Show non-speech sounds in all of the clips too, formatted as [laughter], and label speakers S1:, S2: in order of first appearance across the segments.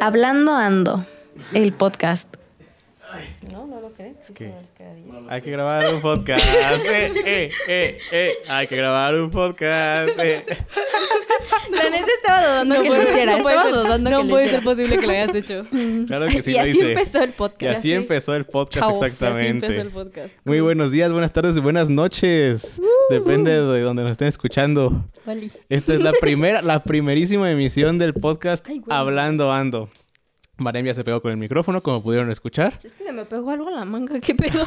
S1: Hablando Ando, el podcast.
S2: No, no lo crees. Sí,
S3: que-
S2: son las cagadillas.
S3: Hay que grabar un podcast. eh, eh, eh, eh. Hay que grabar un podcast. eh.
S1: La neta estaba dudando que lo hiciera.
S2: puede
S1: estaba
S2: ser-
S1: dudando
S2: no
S1: que lo
S2: puede
S1: hiciera.
S2: ser posible que lo hayas hecho. [laughs]
S3: Claro que sí
S1: y
S3: lo
S1: así
S3: hice.
S1: empezó el
S3: y
S1: podcast.
S3: así em- empezó el podcast
S1: Chavos, así
S3: exactamente.
S2: Empezó el podcast.
S3: Muy buenos días, buenas tardes y buenas
S1: Uh.
S3: noches. Depende de donde nos estén escuchando.
S1: Vale. [laughs]
S3: Esta es la primera, la primerísima emisión del podcast
S1: Ay, güey.
S3: Hablando Ando. Marem ya se pegó con el micrófono, como pudieron escuchar.
S1: Si es que se me pegó algo a la manga, qué pedo.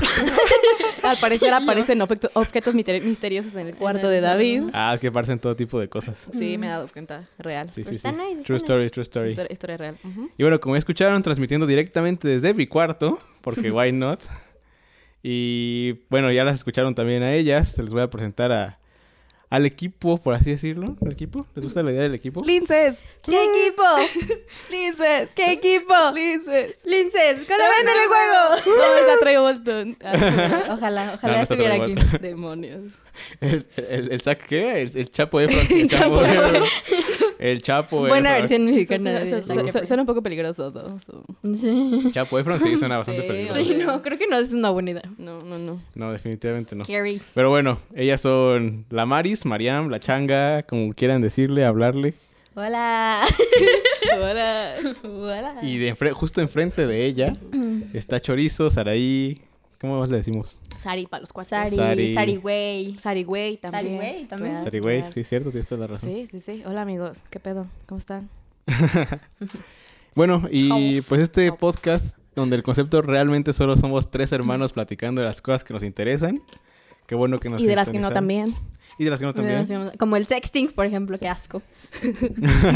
S2: Al parecer aparecen objeto- objetos miteri- misteriosos en el cuarto de David.
S3: Ah, que parecen todo tipo de cosas.
S2: Sí, me he dado cuenta. Real.
S3: Sí,
S1: Pero
S3: sí, sí.
S1: está nice, está
S3: True story, true story.
S2: Historia, historia real. Ujú.
S3: Y bueno, como ya escucharon, transmitiendo directamente desde mi cuarto, porque why not. Y bueno, ya las escucharon también a ellas. Se les voy a presentar a, al equipo, por así decirlo. ¿El equipo? ¿Les gusta la idea del
S2: Uh.
S3: equipo?
S2: Linces.
S1: [laughs] ¿Qué equipo?
S2: Linces.
S1: [laughs] ¿Qué equipo?
S2: Linces.
S1: Linces, con la venda en el juego.
S2: No, es a Trey Bolton. Ah,
S1: [laughs] Ojalá,
S3: No,
S1: ojalá
S3: no está
S1: estuviera
S3: todo
S1: aquí.
S3: igual.
S2: [laughs] Demonios.
S3: [laughs] El, el, el sac- ¿qué era? El, el Chapo Efron. El Chapo
S1: Chapo
S3: Efron. El Chapo
S1: Buena
S3: Efron.
S1: versión mexicana.
S2: Suena-
S1: de
S2: su- su-
S1: Zac
S2: su-
S1: Efron.
S2: Suena un poco peligroso todo. so-
S1: Sí.
S3: Chapo Efron sí suena bastante
S2: Sí,
S3: peligroso.
S1: Sí, no, creo que no es una buena idea.
S2: No, no, no.
S3: No, definitivamente no.
S1: Scary.
S3: Pero bueno, ellas son la Maris, Mariam, la Changa, como quieran decirle, hablarle.
S1: Hola.
S2: Hola.
S1: Hola.
S3: Y de enfre- justo enfrente de ella está Chorizo, Saraí. ¿Cómo más le decimos?
S2: Sari para los cuatro.
S1: Sari,
S3: Sari.
S1: Sari güey.
S2: Sari güey también.
S1: Sari güey también.
S2: Real,
S3: Sari, güey,
S2: real.
S3: sí, cierto, tienes toda la razón.
S2: Sí, sí, sí. Hola amigos, ¿qué pedo? ¿Cómo están?
S3: [laughs] Bueno, y
S1: Chavos,
S3: pues este
S1: chavos.
S3: podcast donde el concepto realmente solo somos tres hermanos platicando de las cosas que nos interesan. Qué bueno que nos
S2: y de las que no
S3: sintonizaron.
S2: también.
S3: Y de las que no también.
S1: Como el sexting, por ejemplo, qué [laughs] asco.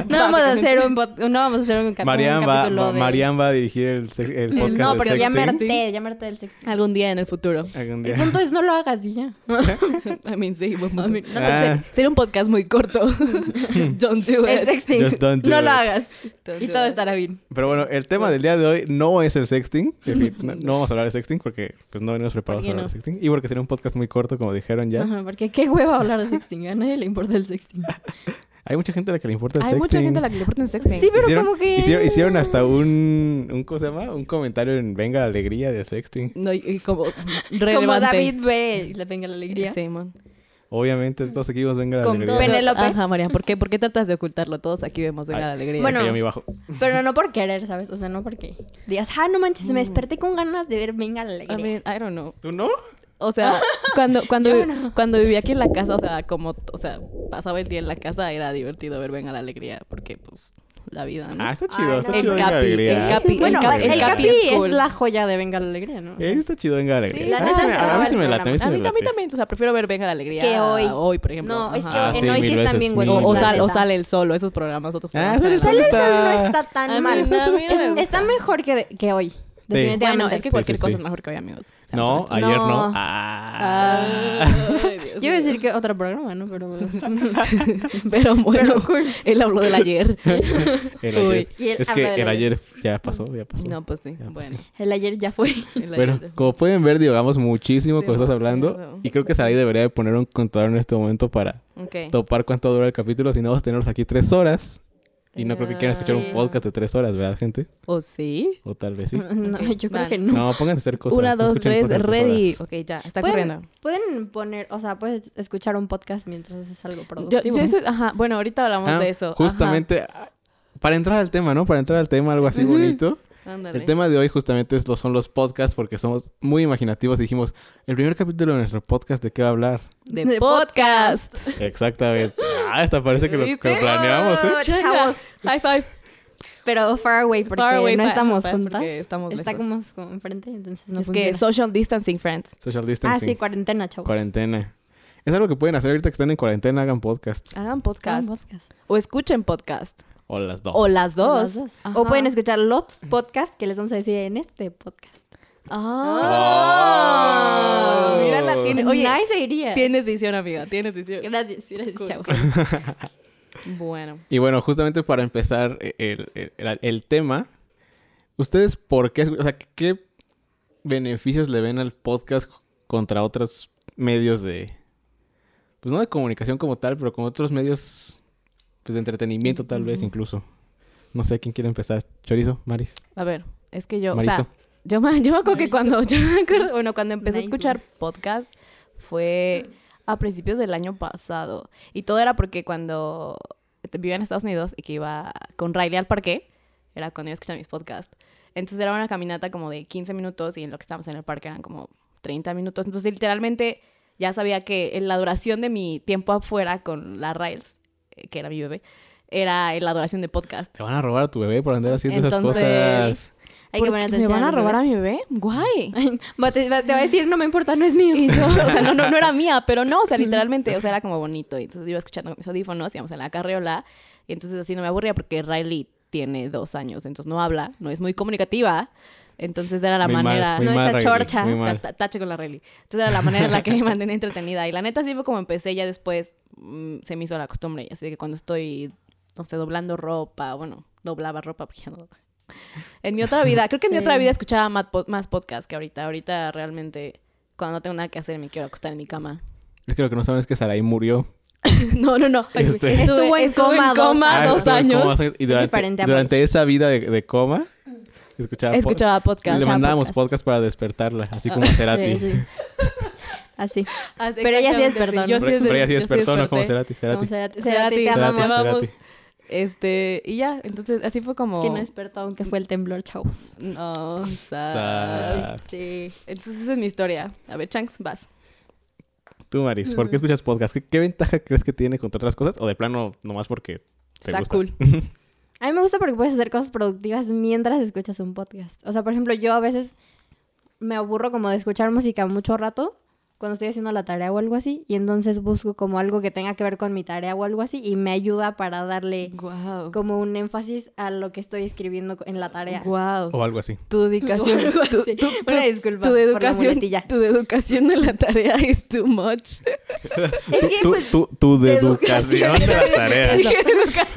S1: no vamos a hacer un pod- no vamos a hacer un, cap- un
S3: Mariam va,
S1: capítulo
S3: va-
S1: de-
S3: Mariam va a dirigir el, se- el podcast
S1: No,
S3: de
S1: pero ya me
S3: sexting.
S1: harté, ya me harté del sexting.
S3: [laughs]
S2: [laughs] Algún día en el futuro.
S1: El
S3: Algún día.
S1: punto es no lo hagas y [laughs] ya.
S2: [laughs] I mean, sí, buen punto.
S1: I mean,
S2: O sea,
S3: Ah.
S2: se- Sería un podcast muy corto. [laughs] Just don't do
S1: El
S2: it.
S1: sexting,
S3: Just don't do
S1: no
S3: it.
S1: lo hagas
S2: Don't
S1: y
S2: do
S1: todo
S2: it.
S1: estará bien.
S3: Pero bueno, el tema del día de hoy no es
S1: [laughs]
S3: el sexting. en fin, No, no vamos a hablar de sexting porque pues, no venimos preparados
S1: qué
S3: para hablar
S1: no?
S3: de sexting. Y porque sería un podcast muy corto, como dijeron ya.
S1: Ajá, porque qué hueva hablar de sexting, a nadie le importa el sexting.
S3: Hay mucha gente a la que le importa el
S2: Hay
S3: sexting.
S2: mucha gente a la que le importa el sexting.
S1: Sí, pero
S3: hicieron,
S1: como que
S3: Hicieron, hicieron
S1: [laughs]
S3: hasta un, un... ¿Cómo se llama? Un comentario en Venga la Alegría de sexting.
S2: No, y, y como
S1: [laughs]
S2: relevante.
S1: como David ve y le venga la alegría.
S2: Simón.
S3: Obviamente todos seguimos Venga la
S1: Con
S3: Alegría.
S1: todo. Penélope.
S2: Ajá, María, ¿por qué, ¿por qué tratas de ocultarlo? Todos aquí vemos, venga
S3: Ay,
S2: la alegría.
S3: se
S1: Bueno.
S3: cayó mi bajo.
S1: Pero no por querer, ¿sabes? O sea, no porque digas, ah, no manches, me desperté con ganas de ver Venga la
S2: I
S1: Alegría.
S2: mean, I don't know.
S3: ¿Tú no?
S1: [laughs]
S2: O sea, cuando, cuando,
S1: Yo no.
S2: cuando vivía aquí en la casa, o sea, como, o sea, pasaba el día en la casa, era divertido ver Venga la Alegría, porque, pues, la vida, ¿no?
S3: Ah, está
S1: Ay,
S3: chido.
S1: no.
S3: Está
S1: El
S3: chido Venga la
S2: Capi, el
S3: Alegría.
S2: Capi,
S1: bueno,
S2: Ah, el Capi-
S1: el Capi es,
S2: cool.
S1: la joya de Venga la Alegría, ¿no?
S3: Eh, Está chido Venga la Alegría.
S1: la
S3: Ah,
S1: neta
S3: se
S1: se
S3: me- a
S1: acabó
S3: mí
S1: el
S3: se me late. A mí
S1: programa.
S3: se
S2: A
S3: me
S2: mí también,
S3: late.
S2: también, o sea, prefiero ver Venga la Alegría
S1: Que hoy.
S2: hoy, por ejemplo.
S1: No, es que
S2: Ajá.
S3: Ah, sí,
S1: en hoy sí
S3: mil
S1: están
S3: veces,
S1: bien,
S3: mil
S1: güey.
S2: o, o
S3: sí,
S2: sal-
S1: sale
S2: o sale el solo, esos programas, otros
S3: Ah,
S2: programas.
S3: sale el
S1: Sale el
S3: Está-
S1: sol no está
S2: A
S1: tan
S2: mí
S1: mal.
S2: no, a mí no me
S1: Es-
S2: gusta.
S1: está mejor que, que hoy. Definitivamente.
S2: Bueno, es que
S3: Sí,
S2: cualquier
S3: sí,
S2: cosa
S3: sí.
S2: es mejor que hoy, amigos. Seamos
S3: No,
S2: honestos.
S3: ayer no.
S1: No.
S3: Ah.
S1: [laughs]
S2: Ay, Dios
S1: Yo iba a
S2: mío.
S1: decir que otro programa, ¿no? Pero
S2: [laughs] Pero bueno, él habló del [laughs] ayer.
S3: El
S2: Uy.
S3: ayer.
S1: Y el
S3: es que
S1: habla del
S3: el ayer ya pasó, ya pasó.
S2: No, pues sí.
S3: Ya, pues
S2: Bueno.
S1: [laughs] el ayer ya fue.
S2: el
S3: Bueno,
S2: ayer.
S3: como pueden ver, divagamos muchísimo cuando estamos hablando.
S2: Demasiado.
S3: Y creo que Saray debería de poner un contador en este momento para
S2: Ok.
S3: topar cuánto dura el capítulo. Si no, vamos a tenerlos aquí tres horas. Y no creo que quieran escuchar
S1: Ah.
S3: un podcast de tres horas, ¿verdad, gente?
S2: ¿O sí?
S3: O tal vez
S2: [laughs]
S3: sí.
S1: [laughs] No,
S2: Ok,
S1: yo creo
S2: van.
S1: que no.
S3: No, pónganse a hacer cosas.
S2: Una,
S3: no
S2: dos,
S3: escuchen
S2: tres,
S3: podcast de
S2: ready.
S3: horas.
S2: Ok, ya, está corriendo.
S1: ¿Pueden, pueden poner, o sea, puedes escuchar un podcast mientras haces algo
S2: Yo,
S1: productivo.
S2: yo eso- ajá, bueno, ahorita hablamos
S3: Ah,
S2: de eso. Ajá.
S3: Justamente, ah, para entrar al tema, ¿no? Para entrar al tema, algo así bonito.
S2: Ándale.
S3: El tema de hoy justamente es, lo- son los podcasts porque somos muy imaginativos. Dijimos, el primer capítulo de nuestro podcast, ¿de qué va a hablar?
S2: de,
S1: de
S2: podcast.
S3: Exactamente. Ah, hasta parece que lo, que lo
S2: ¿Viste? Ah.
S3: planeamos, ¿eh?
S1: Chavos.
S2: Chavos. High five.
S1: Pero far away porque
S2: Far away,
S1: no
S2: fa-
S1: estamos
S2: fa-
S1: juntas.
S2: porque estamos
S1: Está
S2: lejos.
S1: como como enfrente, entonces no
S2: es
S1: funciona.
S2: que social distancing, friends.
S3: Social
S1: Ah,
S3: distancing.
S1: sí, cuarentena, chavos.
S3: cuarentena. Es algo que pueden hacer ahorita que están en cuarentena, hagan podcasts.
S2: Hagan
S1: Hagan
S2: podcast.
S1: podcast.
S2: O escuchen podcast.
S3: O las dos.
S2: O las dos.
S1: Las dos. O pueden escuchar los podcasts que les vamos a decir en este podcast.
S2: Ah.
S3: Oh.
S2: Mira la tiene. Oye,
S1: Nice idea.
S2: tienes visión, amiga. Tienes visión.
S1: Gracias, gracias,
S2: Cool.
S1: chavos.
S2: Bueno.
S3: Y bueno, justamente para empezar eh, el, el- el- el tema, ¿ustedes por qué? escu- O sea, ¿qué beneficios le ven al podcast contra otros medios de. Pues no de comunicación como tal, pero con otros medios pues, de entretenimiento, tal vez incluso. No sé quién quiere empezar. Chorizo, Maris.
S2: A ver, es que yo, o
S3: Mariso.
S2: sea, yo me, yo me acuerdo que cuando, yo me acuerdo, bueno, cuando empecé a
S1: Nice
S2: escuchar podcast fue a principios del año pasado. Y todo era porque cuando vivía en Estados Unidos y que iba con Riley al parque, era cuando iba a escuchar mis podcasts. Entonces era una caminata como de 15 minutos y en lo que estábamos en el parque eran como 30 minutos. Entonces literalmente ya sabía que en la duración de mi tiempo afuera con la Riles, eh, que era mi bebé, era en la duración de podcast.
S3: Te van a robar a tu bebé por andar haciendo
S2: Entonces-
S3: esas cosas.
S1: Hay que
S2: Porque
S1: poner
S2: ¿Me
S1: atención.
S2: van a
S1: los
S2: robar a
S1: bebés.
S2: mi bebé? [laughs] Guay.
S1: Va, te, va- te va a decir, no me importa, no es mío.
S2: Y [laughs] yo, o sea, no, no, no era mía, pero no, o sea, literalmente, o sea, era como bonito. Y entonces iba escuchando con mis audífonos, íbamos en la carreola, y entonces así no me aburría porque Riley tiene dos años, entonces no habla, no es muy comunicativa. Entonces era la
S3: Muy mal,
S2: manera.
S3: muy
S1: no
S3: mal,
S1: echa
S3: Riley,
S1: chorcha.
S3: muy
S1: Ta-
S3: mal.
S2: Ta- ta- Tache con la Riley. Entonces era la manera en la que me mantenía [laughs] entretenida. Y la neta, así fue como empecé. Ya después mm, se me hizo la costumbre. Así que cuando estoy, no sé, doblando ropa, bueno, doblaba ropa, [laughs] porque ya no. En mi otra vida, creo que en mi
S1: Sí.
S2: otra vida escuchaba más, po- más podcast que ahorita. Ahorita realmente, cuando no tengo nada que hacer, me quiero acostar en mi cama. [laughs]
S3: Es que lo que no saben es que Sarai murió.
S2: no, no, no.
S3: Este-
S1: Estuvo en coma dos Ah,
S2: dos
S3: estuvo en
S2: años.
S3: coma dos Y
S1: diferente
S3: durante,
S1: a
S3: durante esa vida de, de coma, escuchaba, pod-
S2: Escuchaba podcast.
S3: Le
S1: escuchaba
S3: mandábamos
S1: podcast.
S3: podcast. para despertarla, así como Cerati.
S1: Sí, sí. Así.
S2: Así,
S1: Pero ella sí
S2: Ah, exactamente,
S1: despertó,
S2: Yo
S1: ¿no?
S2: sí
S3: Pero, pero ella sí
S2: yo
S3: despertó, no como
S2: desperté.
S3: Cerati. Cerati.
S1: Como Cerati, Cerati,
S2: Cerati,
S1: te
S2: Cerati.
S1: amamos.
S2: Te amamos.
S3: Cerati.
S2: Este, y ya, entonces así fue como...
S1: Es que no despertó, aunque fue el temblor, chavos.
S2: No, sad.
S3: Sad. Ah.
S1: Sí.
S2: Entonces esa es mi historia. A ver, Chanks, vas.
S3: Tú, Maris, ¿por qué escuchas podcast? ¿Qué, qué ventaja crees que tiene contra otras cosas? ¿O de plano, nomás porque te
S2: Está
S3: gusta?
S2: cool.
S1: A mí me gusta porque puedes hacer cosas productivas mientras escuchas un podcast. O sea, por ejemplo, yo a veces me aburro como de escuchar música mucho rato cuando estoy haciendo la tarea o algo así. Y entonces busco como algo que tenga que ver con mi tarea o algo así y me ayuda para darle
S2: Wow.
S1: como un énfasis a lo que estoy escribiendo en la tarea.
S2: Wow.
S3: O algo así.
S2: Tu dedicación.
S1: O algo
S2: tu,
S1: así.
S2: tu- tu-
S1: Una disculpa
S2: tu
S1: por la
S2: educación.
S1: muletilla.
S2: tu educación de la tarea [laughs] es too much.
S1: Es que
S3: tú,
S1: pues,
S3: tú, tú de
S1: educación. [laughs]
S3: educación de la tarea.
S1: Eso.